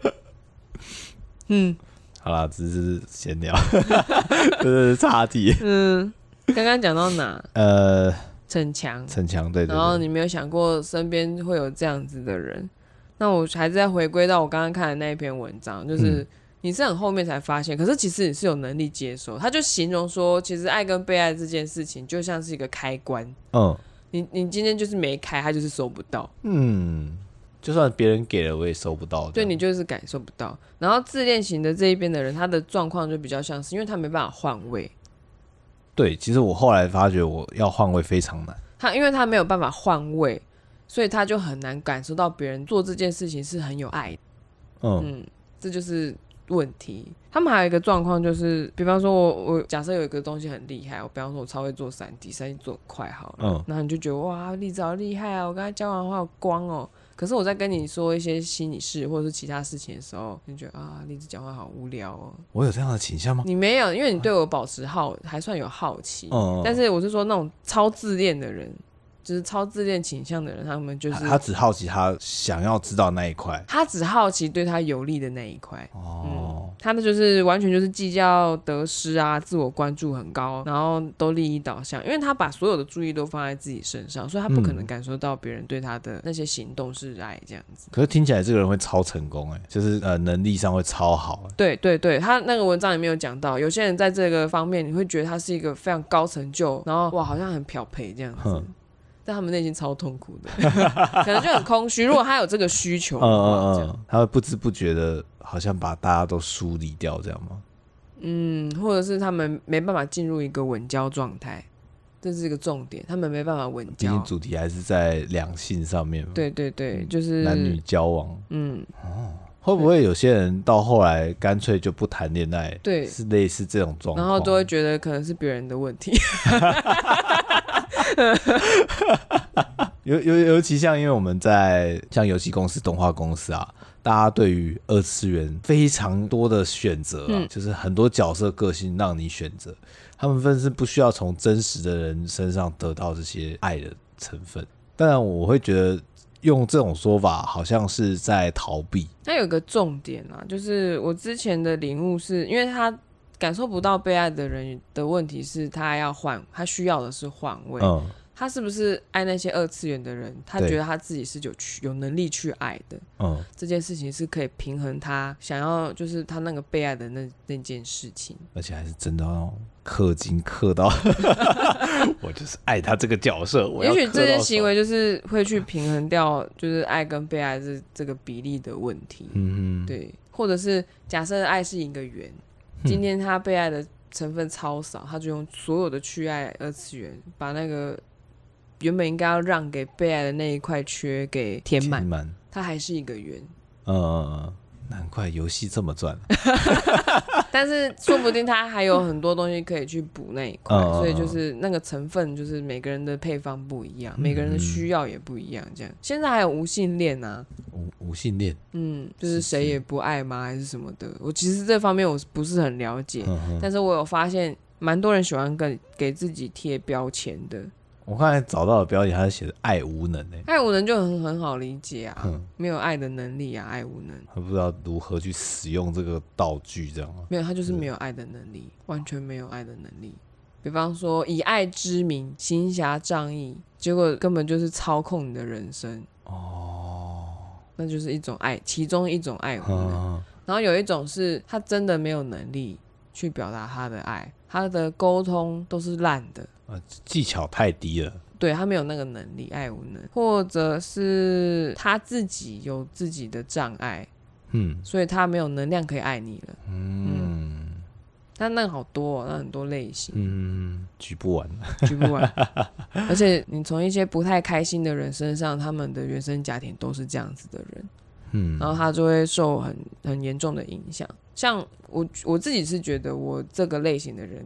嗯。好啦，只是闲聊， 这是岔题。嗯， 刚刚讲到哪？呃，逞强，逞强，对对然后对，你没有想过身边会有这样子的人。那我还是在回归到我刚刚看的那一篇文章，就是嗯你是很后面才发现，可是其实你是有能力接受。他就形容说，其实爱跟被爱这件事情就像是一个开关，嗯你你今天就是没开，他就是收不到，嗯，就算别人给了，我也收不到。对你就是感受不到。然后自恋型的这一边的人，他的状况就比较像是，因为他没办法换位，对，其实我后来发觉我要换位非常难。他因为他没有办法换位，所以他就很难感受到别人做这件事情是很有爱的嗯嗯，这就是问题。他们还有一个状况就是，比方说我我假设有一个东西很厉害，我比方说我超会做三 D，三 D 做得快好了，嗯然后你就觉得哇，栗子好厉害啊，我跟他交往好有光哦。可是我在跟你说一些心理事或者是其他事情的时候，你就觉得啊，栗子讲话好无聊哦。我有这样的倾向吗？你没有，因为你对我保持好还算有好奇，嗯，嗯但是我是说那种超自恋的人，就是超自恋倾向的人，他们就是他他只好奇他想要知道那一块。他只好奇对他有利的那一块。哦，他的就是完全就是计较得失啊，自我关注很高，然后都利益导向，因为他把所有的注意都放在自己身上，所以他不可嗯能感受到别人对他的那些行动是爱这样子。可是听起来这个人会超成功哎，就是呃能力上会超好哎。对对对，他那个文章里面有讲到，有些人在这个方面，你会觉得他是一个非常高成就，然后哇，好像很漂培这样子哼，但他们内心超痛苦的，可能就很空虚。如果他有这个需 求嗯的话，这嗯样嗯，他会不知不觉的，好像把大家都梳理掉，这样吗？嗯，或者是他们没办法进入一个稳交状态，这是一个重点，他们没办法稳毕交竟。主题还是在两性上面嘛，对对对，就是嗯男女交往。嗯，会不会有些人到后来干脆就不谈恋爱？对是类似这种状况。然后都会觉得可能是别人的问题。 尤尤尤其像因为我们在像游戏公司、动画公司啊，大家对于二次元非常多的选择、啊，嗯就是很多角色个性让你选择，他们甚至不需要从真实的人身上得到这些爱的成分。当然，我会觉得用这种说法好像是在逃避。它有个重点啊，就是我之前的领悟是，因为他感受不到被爱的人的问题是，他要换，他需要的是换位。嗯，他是不是爱那些二次元的人？他对觉得他自己是有去有能力去爱的嗯，这件事情，是可以平衡他想要就是他那个被爱的那那件事情。而且还是真的要氪金氪到， 我就是爱他这个角色，我也要许氪这些到行手，为就是会去平衡掉，就是爱跟被爱这这个比例的问题。嗯，，对，或者是假设爱是一个圆，今天他被爱的成分超少，他就用所有的去爱二次元，把那个原本应该要让给被爱的那一块缺给填填满，满，它还是一个圆。嗯嗯，嗯难怪游戏这么 赚，但是说不定他还有很多东西可以去补那一块，嗯嗯嗯所以就是那个成分，就是每个人的配方不一样，每嗯个人的需要也不一样。这样，现在还有无性恋啊，无无性恋，嗯，就是是谁是也不爱吗，还是什么的？我其实这方面我是不是很了解，嗯哼，但是我有发现，蛮多人喜欢跟给自己贴标签的。我刚才找到的标题，他写的爱无能欸呢、爱无能就很很好理解啊，嗯没有爱的能力啊，爱无能，他不知道如何去使用这个道具，这样啊吗？没有他就是没有爱的能嗯力，完全没有爱的能力。比方说以爱之名行侠仗义，结果根本就是操控你的人生，哦，那就是一种爱，其中一种爱无能。嗯然后有一种是他真的没有能力去表达他的爱，他的沟通都是烂的，呃，技巧太低了，对他没有那个能力，爱无能，或者是他自己有自己的障碍，嗯所以他没有能量可以爱你了。嗯但那个好多、哦，那很多类型嗯，举不完，举不完，而且你从一些不太开心的人身上，他们的原生家庭都是这样子的人。嗯，然后他就会受很很严重的影响。像我我自己是觉得我这个类型的人，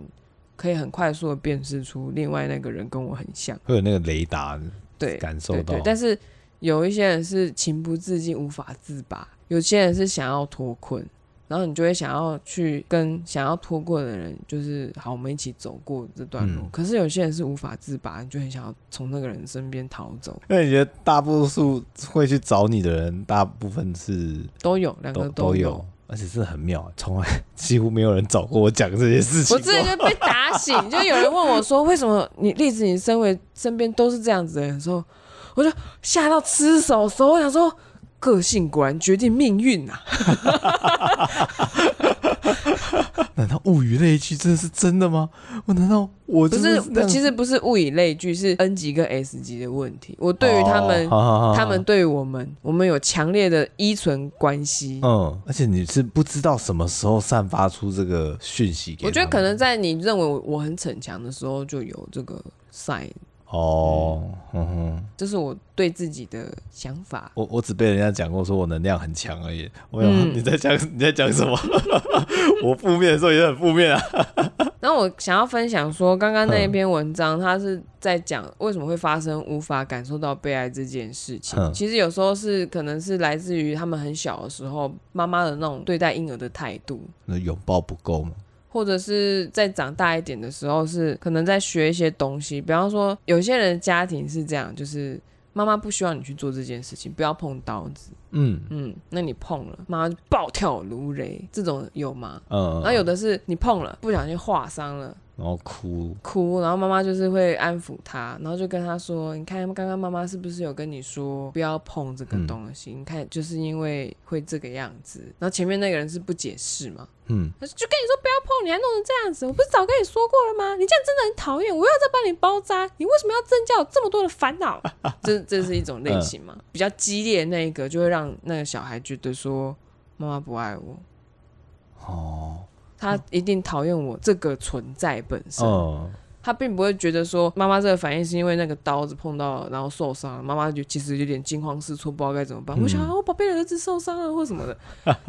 可以很快速的辨识出另外那个人跟我很像，会有那个雷达对，感受对到对。，但是有一些人是情不自禁无法自拔，有些人是想要脱困，然后你就会想要去跟想要脱困的人，就是好，我们一起走过这段路。嗯可是有些人是无法自拔，你就很想要从那个人身边逃走，那你觉得大多数会去找你的人，大部分是都有两个都都有有，而且真的很妙，从来几乎没有人找过我讲这些事情我过。之前就被 打醒，就有人问我说：“为什么你栗子，你身为身边都是这样子的人？”的时候，我就吓到吃手手，我想说，个性果然决定命运啊！难道物以类聚真的是真的吗？我难道我不真是的这，样其实不是物以类聚，是 N 级跟 S 级的问题。我对于他们，哦好好好他们对于我们，我们有强烈的依存关系。嗯，而且你是不知道什么时候散发出这个讯息给他我们，觉得可能在你认为我我很逞强的时候，就有这个 sign。哦，嗯哼，这是我对自己的想法。我我只被人家讲过说我能量很强而已。我想、啊嗯你在讲你在讲什么？ 我负面的时候也很负面啊。然后我想要分享说，刚刚那一篇文章，它是在讲为什么会发生无法感受到被爱这件事情嗯。其实有时候是可能是来自于他们很小的时候，妈妈的那种对待婴儿的态度，那拥抱不够吗？或者是再长大一点的时候，是可能在学一些东西。比方说，有些人的家庭是这样，就是妈妈不希望你去做这件事情，不要碰刀子。嗯嗯，那你碰了，妈妈就暴跳如雷，这种有吗？嗯，然后有的是你碰了，不小心划伤了。然后哭，哭，然后妈妈就是会安抚他，然后就跟他说：“你看，刚刚妈妈是不是有跟你说不要碰这个东西？你看，就是因为会这个样子。”然后前面那个人是不解释嘛，嗯，他说：“就跟你说不要碰，你还弄成这样子，我不是早跟你说过了吗？你这样真的很讨厌，我又要再帮你包扎，你为什么要增加我这么多的烦恼？” 这这是一种类型嘛，比较激烈的那一个就会让那个小孩觉得说：“妈妈不爱我，哦，他一定讨厌我这个存在本身。”嗯，他并不会觉得说妈妈这个反应是因为那个刀子碰到了然后受伤了，妈妈就其实有点惊慌失措，不知道该怎么办。嗯我想啊，我宝贝的儿子受伤了或什么的。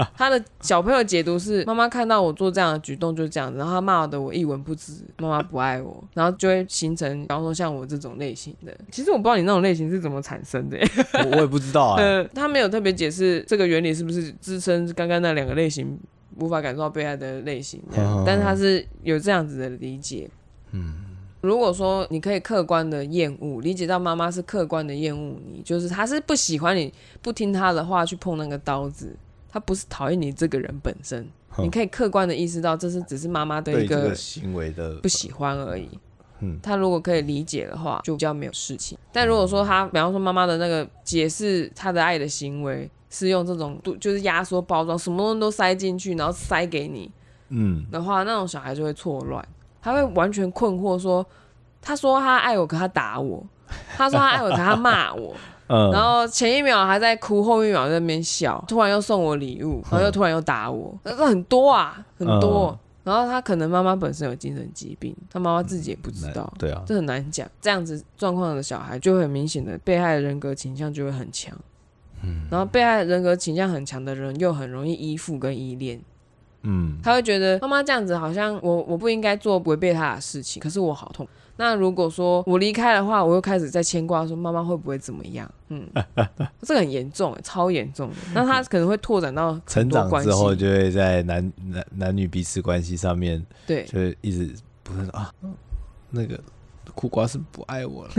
他的小朋友解读是妈妈看到我做这样的举动就这样子，然后他骂的我一文不值，妈妈不爱我，然后就会形成，比方说像我这种类型的。其实我不知道你那种类型是怎么产生的、我我也不知道 啊、呃，他没有特别解释这个原理是不是支撑刚刚那两个类型无法感受到被爱的类型这样，嗯但是他是有这样子的理解。嗯，如果说你可以客观的厌恶，理解到妈妈是客观的厌恶你，就是她是不喜欢你不听她的话去碰那个刀子，她不是讨厌你这个人本身，哼你可以客观的意识到这是只是妈妈对对一这个个行为的不喜欢而已。嗯他如果可以理解的话，就比较没有事情。但如果说他，比方说妈妈的那个解释他的爱的行为，是用这种度就是压缩包装，什么东西都塞进去，然后塞给你嗯的话，那种小孩就会错乱，他会完全困惑说，他说他爱我，可他打我；他说他爱我，可他骂我。嗯，然后前一秒还在哭，后一秒在那边笑，突然又送我礼物，然后又突然又打我，那这很多啊，很多。嗯然后他可能妈妈本身有精神疾病，他妈妈自己也不知那道，对啊，这很难讲。这样子状况的小孩就会很明显的被害人格倾向就会很强，嗯，然后被害人格倾向很强的人又很容易依附跟依恋，嗯他会觉得妈妈这样子好像我我不应该做违背她的事情，可是我好痛。那如果说我离开的话，我又开始在牵挂说妈妈会不会怎么样？嗯，这个很严重，超严重的。那他可能会拓展到很成多长关系之后就会在男男男女彼此关系上面，对，就会一直不是啊，那个苦瓜是不爱我 了，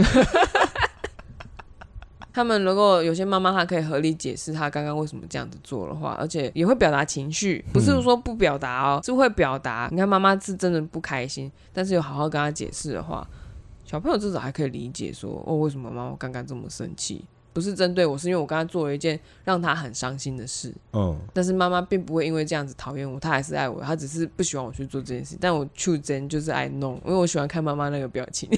他们如果有些妈妈她可以合理解释她刚刚为什么这样子做的话，而且也会表达情绪，不是说不表达哦，是会表达。你看妈妈是真的不开心，但是有好好跟她解释的话，小朋友至少还可以理解说哦，为什么妈妈刚刚这么生气？不是针对我，是因为我刚刚做了一件让她很伤心的事。嗯，但是妈妈并不会因为这样子讨厌我，她还是爱我，她只是不喜欢我去做这件事。但我去真就是爱弄，因为我喜欢看妈妈那个表 情，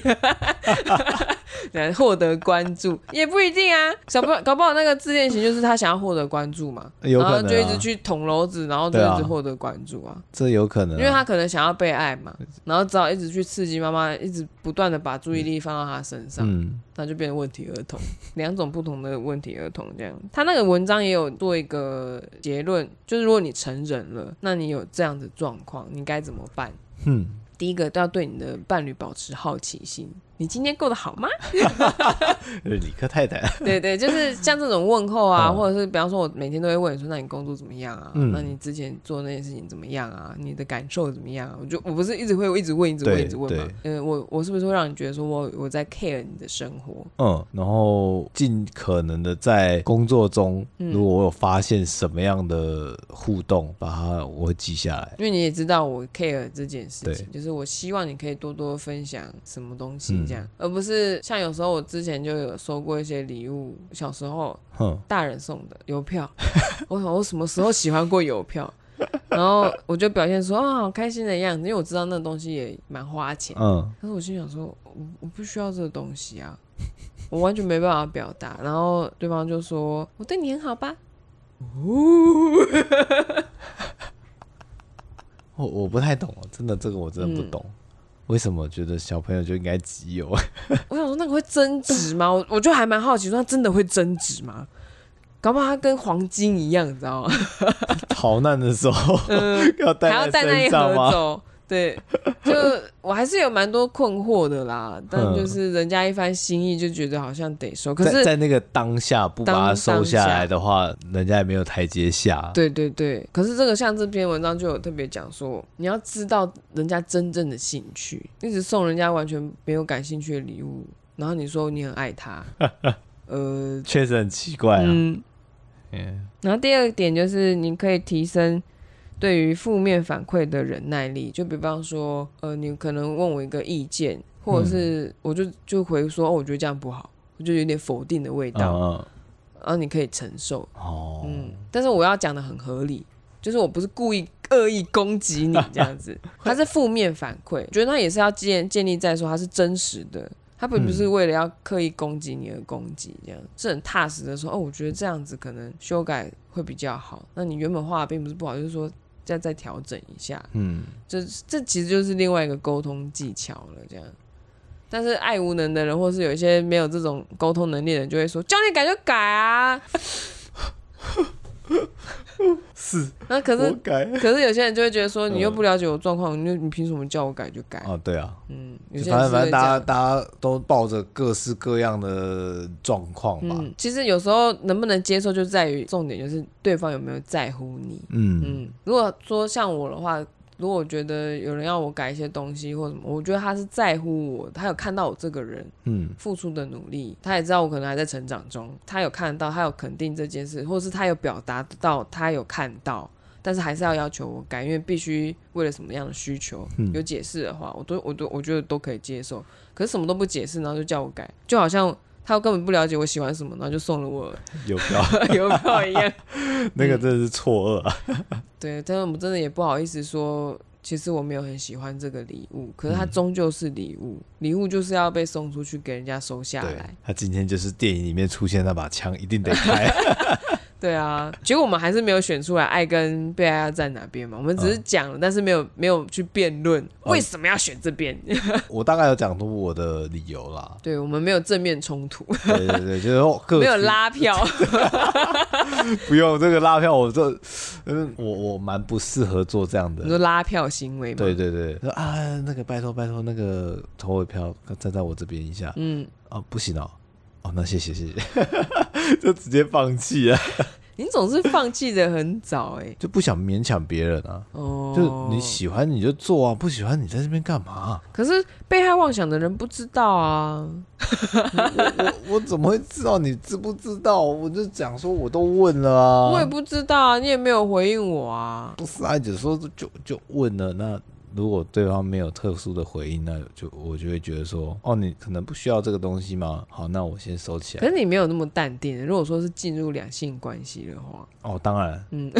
来获得关注也不一定啊。小朋友搞不好那个自恋型就是他想要获得关注嘛，有可能啊然后就一直去捅娄子，然后就对一啊直获得关注啊，这有可能啊，因为他可能想要被爱嘛，然后只好一直去刺激妈妈，一直不断的把注意力放到他身上。嗯那就变成问题儿童，两种不同的问题儿童这样。他那个文章也有做一个结论，就是如果你成人了，那你有这样的状况，你该怎么办？嗯，第一个都要对你的伴侣保持好奇心，你今天过得好 吗？理科太太，对对，就是像这种问候啊，嗯或者是比方说，我每天都会问你说，那你工作怎么样啊？嗯那你之前做那件事情怎么样啊？你的感受怎么样啊？我就我不是一直会一直问，一直问，对一直问吗？嗯，我我是不是会让你觉得说我我在 care 你的生活？嗯，然后尽可能的在工作中，嗯如果我有发现什么样的互动，把它我会记下来。因为你也知道我 care 这件事情，就是我希望你可以多多分享什么东西这样，而不是像有时候我之前就有收过一些礼物，小时候哼，大人送的邮票，我想我什么时候喜欢过邮票？然后我就表现说啊，好开心的样子，因为我知道那东西也蛮花钱，嗯但是我心想说，我我不需要这个东西啊， 我完全没办法表达。然后对方就说：“我对你很好吧？” 我我不太懂，真的这个我真的不懂，嗯为什么觉得小朋友就应该集邮？我想说那个会增值吗？我我就还蛮好奇，说它真的会增值吗？搞不好它跟黄金一样，你知道吗？逃难的时候、 要呃 还带要带在那一身上盒吗？走。对，就我还是有蛮多困惑的啦，但就是人家一番心意就觉得好像得收，嗯可在是在那个当下不把它当收下来的话，人家也没有台阶下。对对对，可是这个像这篇文章就有特别讲说，你要知道人家真正的兴趣，一直送人家完全没有感兴趣的礼物，然后你说你很爱 他，呃，确实很奇怪啊。嗯，嗯然后第二点就是，你可以提升对于负面反馈的忍耐力。就比方说，呃，你可能问我一个意见，或者是我就就回说，哦，我觉得这样不好，我就有点否定的味嗯道，嗯然后你可以承受，哦，嗯，但是我要讲的很合理，就是我不是故意恶意攻击你这样子，它是负面反馈，觉得它也是要建建立在说它是真实的，它并不是为了要刻意攻击你而攻击，这样是很踏实的说，哦，我觉得这样子可能修改会比较好。那你原本画的并不是不好，就是说再再调整一下，嗯，这这其实就是另外一个沟通技巧了，这样。但是爱无能的人，或是有一些没有这种沟通能力的人，就会说：“叫你改就改啊。 是” 那可是我改可是有些人就会觉得说，嗯你又不了解我状况，你就你凭什么叫我改就改？哦，对啊。嗯，有就些反人是正反正会这大家样。大家都抱着各式各样的状况吧。嗯，其实有时候能不能接受，就在于重点就是对方有没有在乎你。嗯嗯，如果说像我的话，如果我觉得有人要我改一些东西或什么，我觉得他是在乎我，他有看到我这个人嗯付出的努力，他也知道我可能还在成长中，他有看到，他有肯定这件事，或是他有表达到他有看到，但是还是要要求我改，因为必须为了什么样的需求嗯有解释的话，我都我都我觉得都可以接受。可是什么都不解释，然后就叫我改，就好像他根本不了解我喜欢什么，然后就送了我 有票，邮票一样。 那个真的是错 愕啊。对，但是我们真的也不好意思说，其实我没有很喜欢这个礼物，可是嗯它终究是礼物，礼、物就是要被送出去给人家收下对来。，他今天就是电影里面出现那把枪，一定得 开。对啊，结果我们还是没有选出来爱跟被爱要站哪边嘛，我们只嗯是讲了，但是没有没有去辩论哦为什么要选 这边。我大概有讲出我的理由啦。对，我们没有正面冲突，对对对，就是哦各没有自拉票。 不用这个拉票，我这，嗯，我我蛮不适合做这样你的。说拉票行为嘛？对对对，说啊，那个拜托拜托，那个投我票，站在我这边一下。嗯，哦，不行哦，哦，那谢谢谢 谢，就直接放弃啊，你总是放弃的很早哎、就不想勉强别人啊。哦， 就你喜欢你就做啊，不喜欢你在这边干嘛？ 可是被害妄想的人不知道啊。我我怎么会知道你知不知道？我就讲说我都问了啊，我也不知道啊，你也没有回应我啊。不是啊，只是说就就问了那。如果对方没有特殊的回应，那就我就会觉得说，哦，你可能不需要这个东西吗？好，那我先收起可来。是你没有那么淡定。如果说是进入两性关系的话，哦，当然，嗯，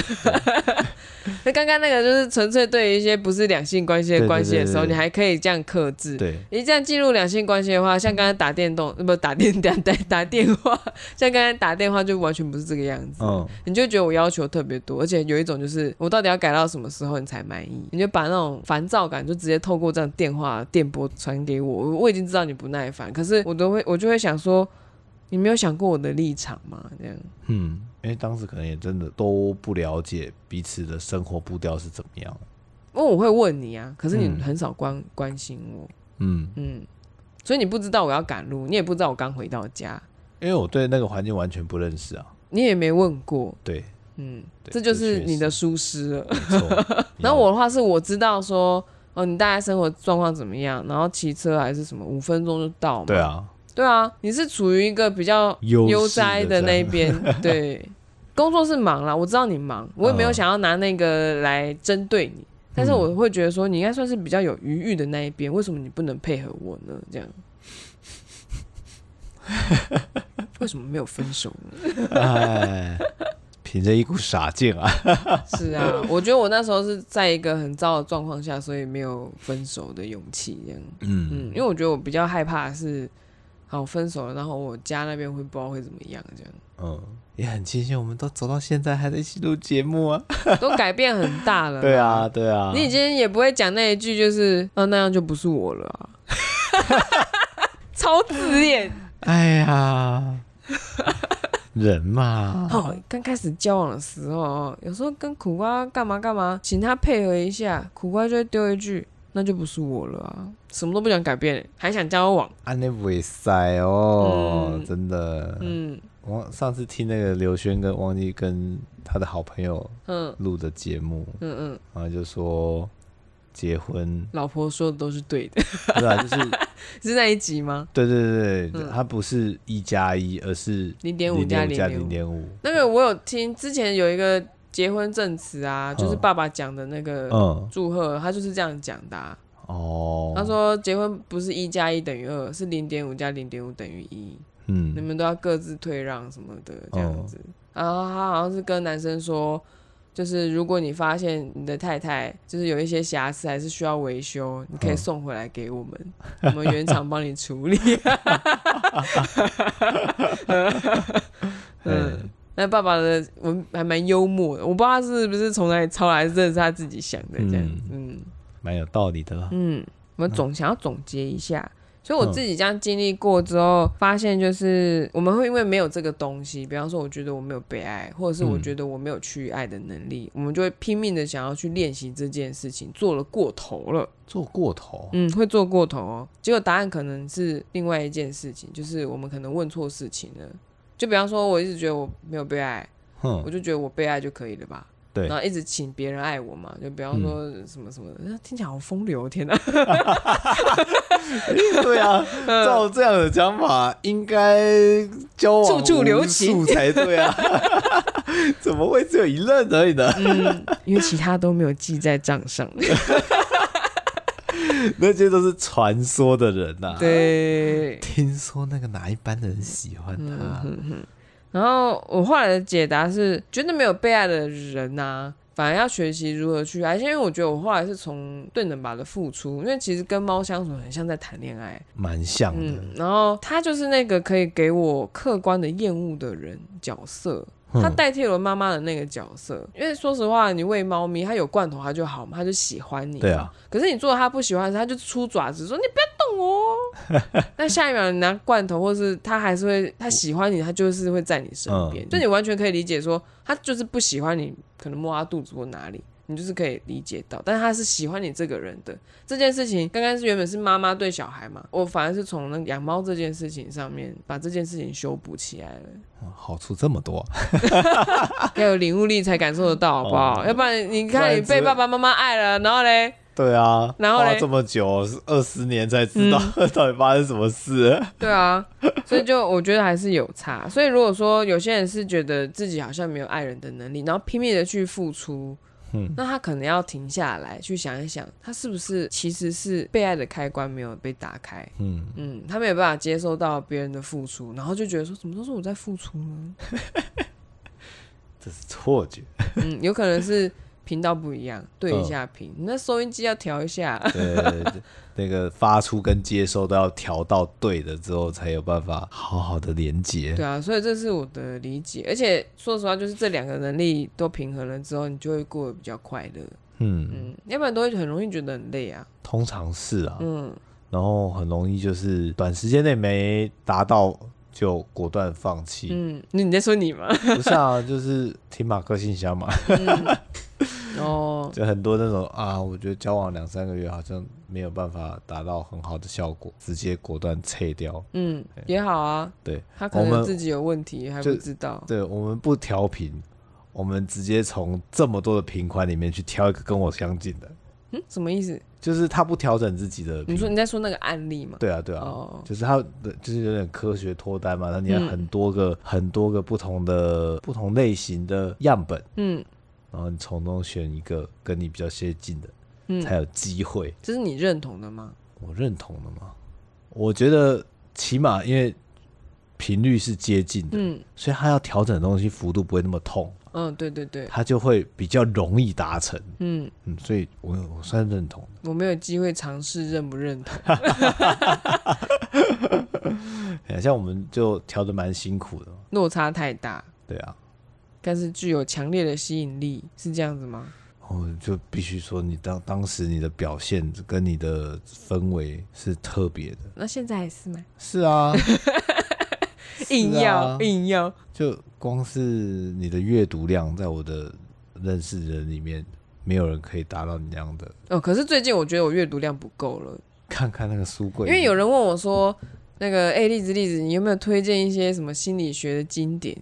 那刚刚那个就是纯粹对于一些不是两性关系的对对关系的时候，对对你还可以这样克制。对，你这样进入两性关系的话，像刚才打电动，呃不打电 打打打电话，像刚才打电话就完全不是这个样子。嗯，你就觉得我要求特别多，而且有一种就是我到底要改到什么时候你才满意？你就把那种烦躁感就直接透过这样电话电波传给我，我我已经知道你不耐烦，可是我都会我就会想说，你没有想过我的立场吗？这样嗯，因为当时可能也真的都不了解彼此的生活步调是怎么样。因为我会问你啊，可是你嗯很少关关心我，嗯，嗯，所以你不知道我要赶路，你也不知道我刚回到家，因为我对那个环境完全不认识啊。你也没问过，对，嗯，对这就这是确嗯你的疏失了。。没错 然后我的话是我知道说，哦，你大概生活状况怎么样，然后骑车还是什么，五分钟就到嘛。对，啊，对啊，你是处于一个比较优势的悠哉 的那一边，对，工作是忙啦，我知道你忙，我也没有嗯想要拿那个来针对你。但是我会觉得说，你应该算是比较有余裕的那一边，为什么你不能配合我呢？这样，为什么没有分手呢？哎，凭着一股傻劲啊，是啊，我觉得我那时候是在一个很糟的状况下，所以没有分手的勇气这样。嗯，嗯，因为我觉得我比较害怕的是，好分手了，然后我家那边会不知道会怎么样，这样嗯，也很庆幸我们都走到现在还在一起录节目啊。都改变很大 了。对啊，，对啊，你已经也不会讲那一句就是，哦那、那样就不是我了啊， 超自 恋。哎呀， 人嘛，哦，刚开始交往的时候哦，有时候跟苦瓜干嘛干嘛，请他配合一下，苦瓜就会丢一句，那就不是我了啊，什么都不想改变，还想交往，安内不塞哦，嗯真的。嗯我上次听那个刘轩跟汪记跟他的好朋友嗯录的节目，嗯嗯，，然后就说结婚 老婆说的都是对的， 对啊，就是是那一集吗？对对对对，嗯他不是一加一，而是零点五零加点五加零零点五。点五。那个我有听，之前有一个结婚证词啊，就是嗯爸爸讲的那个嗯，祝贺，他就是这样讲的、啊。哦，他，说结婚不是一加一等于二，是零点五加零点五等于一，你嗯，哦们都要各自退让什么的这样子。然后他好像是跟男生说。就是如果你发现你的太太就是有一些瑕疵，还是需要维修，你可以嗯送回来给我们， 我们原厂帮你处理。嗯嗯，那爸爸的文还蛮幽默的，我不知道他是不是从哪里抄来，还是真的是他自己想的这样。嗯蛮有道理的啊啦。嗯，我们总想要总结一下，所以我自己这样经历过之后，发现就是我们会因为没有这个东西，比方说我觉得我没有被爱，或者是我嗯觉得我没有去爱的能力，我们就会拼命的想要去练习这件事情，做了过头了。做过头，嗯，会做过头哦。结果答案可能是另外一件事情，就是我们可能问错事情了。就比方说，我一直觉得我没有被爱，我哼，就觉得我被爱就可以了吧。嗯对然后一直请别人爱我嘛，就不要说什么什么的，那听起来好风流，天哪！对 啊，照这样的讲法，应该交往处处留无情数才对啊， 怎么会只有一任而已呢？ 嗯，因为其他都没有记在账 上。那些都是传说的人呐、，对，听说那个哪一班的人喜欢嗯他，然后我后来的解答是，觉得没有被爱的人呐、反而要学习如何去爱，因为我觉得我后来是从对能把的付出，因为其实跟猫相处很像在谈恋爱，蛮像的。嗯，然后他就是那个可以给我客观的厌恶的人角色，嗯他代替了妈妈的那个角色。因为说实话，你喂猫咪，它有罐头它就好嘛，它就喜欢你。对啊，可是你做它不喜欢的事，它就出爪子说你不要动我哦。那下一秒你拿罐头，或是它还是会，它喜欢你，它就是会在你身边。嗯就你完全可以理解说，它就是不喜欢你，可能摸它肚子或哪里。你就是可以理解到，但是它是喜欢你这个人的，这件事情刚开始原本是妈妈对小孩嘛，我反而是从那个养猫这件事情上面把这件事情修补起来了，哇好处这么多、要有领悟力才感受得到，好不好？哦要不然你不看然你被只会爸爸妈妈爱了，然后嘞，对啊，然后花嘞嗯这么久，二十年才知道 到底发生什么事。对啊，所以就我觉得还是有差。 所以如果说有些人是觉得自己好像没有爱人的能力，然后拼命的去付出，嗯那他可能要停下来去想一想，他是不是其实是被爱的开关没有被打开。嗯，嗯，他没有办法接受到别人的付出，然后就觉得说，怎么都是我在付出呢？这是错觉。嗯，有可能是频道不一样，对一下频，你那收音机要调一下。对对对，那个发出跟接收都要调到对的之后，才有办法好好的连接。对啊，所以这是我的理解，而且说实话，就是这两个能力都平衡了之后，你就会过得比较快乐。嗯，嗯，要不然都会很容易觉得很累啊。通常是啊，嗯，然后很容易就是短时间内没达到就果断放弃。嗯，那你在说 你吗？不是啊，就是听马克信箱嘛，哦，就很多那种啊，我觉得交往两三个月好像没有办法达到很好的效果，直接果断撤掉。嗯，也好啊，对，他可我能们自己有问题还不就知道。对我们不调频，我们直接从这么多的频宽里面去挑一个跟我相近的，嗯，什么意思？就是他不调整自己的频。你说你在说那个案例吗？对啊，对啊，哦就是他的就是有点科学脱单嘛，那你要嗯很多个、很多个不同的不同类型的样本，嗯然后你从中选一个跟你比较接近的，嗯，才有机会。这是你认同的吗？我认同的吗？我觉得起码因为频率是接近的，嗯所以他要调整的东西幅度不会那么痛，嗯，对对对，他就会比较容易达成。嗯，嗯，所以我我算认同。我没有机会尝试认不认同。哎像我们就调的蛮辛苦的嘛，落差太大，对啊，但是具有强烈的吸引力，是这样子吗？我哦就必须说你当当时你的表现跟你的氛围是特别的。那现在还是吗？是啊，硬是要、啊硬要， 就光是你的阅读量，在我的认识人里面，没有人可以达到你那样的。哦，可是最近我觉得我阅读量不够了，看看那个书柜，因为有人问我说，那个哎，栗子栗子，你有没有推荐一些什么心理学的经典？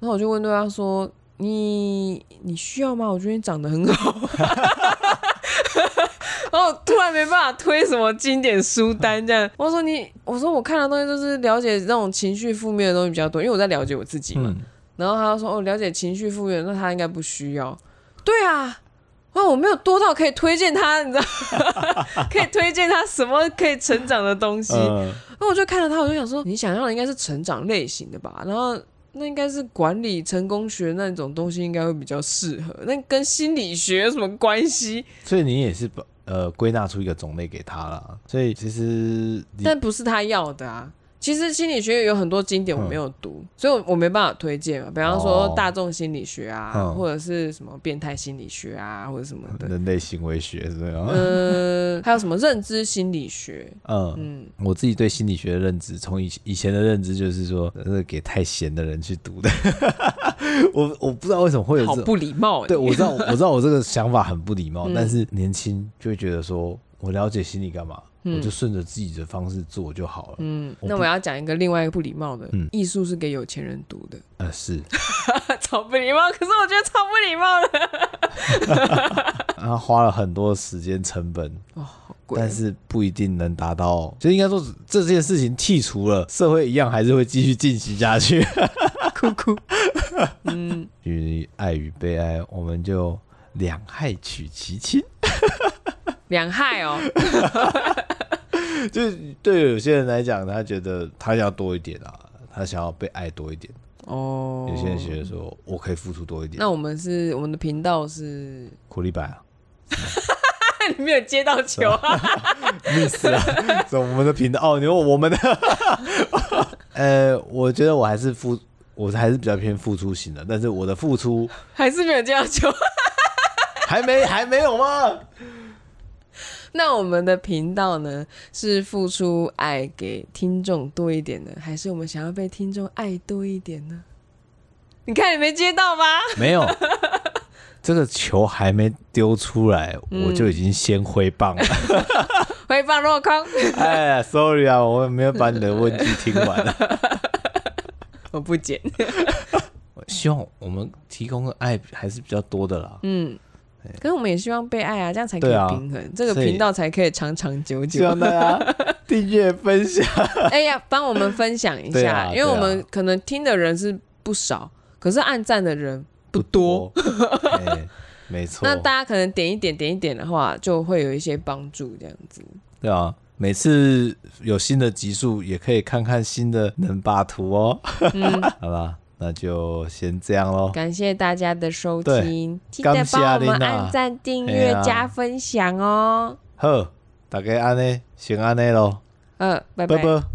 然后我就问对方说，你你需要吗？我觉得你长得很好。 然后我突然没办法推什么经典书单这样，我说你，我说我看的东西都是了解这种情绪负面的东西比较多，因为我在了解我自己嘛。嗯，然后他就说：“哦，了解情绪复原，那他应该不需要。”对啊，哦，我没有多到可以推荐他，你知道， 可以推荐他什么可以成长的东西。嗯那我就看了他，我就想说，你想要的应该是成长类型的吧？然后那应该是管理成功学那种东西，应该会比较适合。那跟心理学有什么关系？所以你也是把呃归纳出一个种类给他啦。所以其实你但不是他要的啊。其实心理学有很多经典我没有读，所以我我没办法推荐嘛。比方说嗯哦大众心理学啊，嗯或者是什么变态心理学啊，或者什么 的。人类行为学 是这样，呃，还有什么认知心理学？嗯。嗯，我自己对心理学的认知，从以以前的认知就是说，呃那给太闲的人去读的。 我我不知道为什么会有好这种，不礼貌、欸。对我知道我知道我这个想法很不礼貌，嗯但是年轻就会觉得说，我了解心理干嘛？我就顺着自己的方式做就好了。嗯，我那不我要讲一个另外一个不礼貌的嗯，艺术是给有钱人读的， 呃，是，超不礼貌。可是我觉得超不礼貌 的，然后啊花了很多时间成本，哦，好贵但。是不一定能达到。就应该说这件事情剔除了，社会一样还是会继续进行下去。哭哭，嗯，与爱与被爱，我们就两害取其轻。两害 哦，就是对有些人来讲，他觉得他要多一点啊，他想要被爱多一点。哦，有些人觉得说我可以付出多一点那，我们是我们的频 道是，苦力白啊你没有接到球啊？ ，miss 啊，怎么我们的频道哦，你问我们的， 呃，我觉得我还是付，我还是比较偏付出型的，但是我的付出还是没有接到球？还没 还没有吗？ 那我们的频道呢，是付出爱给听众多一点呢，还是我们想要被听众爱多一点呢？你看你没接到吗？ 没有，这个球还没丢出来，我就已经先挥棒了。回放落空， 哎呀，sorry 啊，我没有把你的问题听完。我不剪。我 希望我们提供的爱还是比较多的啦。嗯，可是我们也希望被爱啊，这样才可对啊以平衡，这个所以频道才可以长长久希久。望大家订阅分享。 哎呀，帮我们分享一对下，啊因为我对们可能听的人是不少，可是按赞的人不多。哎没错那。大家可能点一点点一点的话，就会有一些帮助，这样子。对啊，每次有新的集数，也可以看看新的能霸图哦。嗯 好啦，那就先这样喽。感谢大家的收对听，记感得谢帮我们你呐按赞、订哎阅呀、加分享哦。好，大家安内，先安内喽，呃，拜拜拜。拜。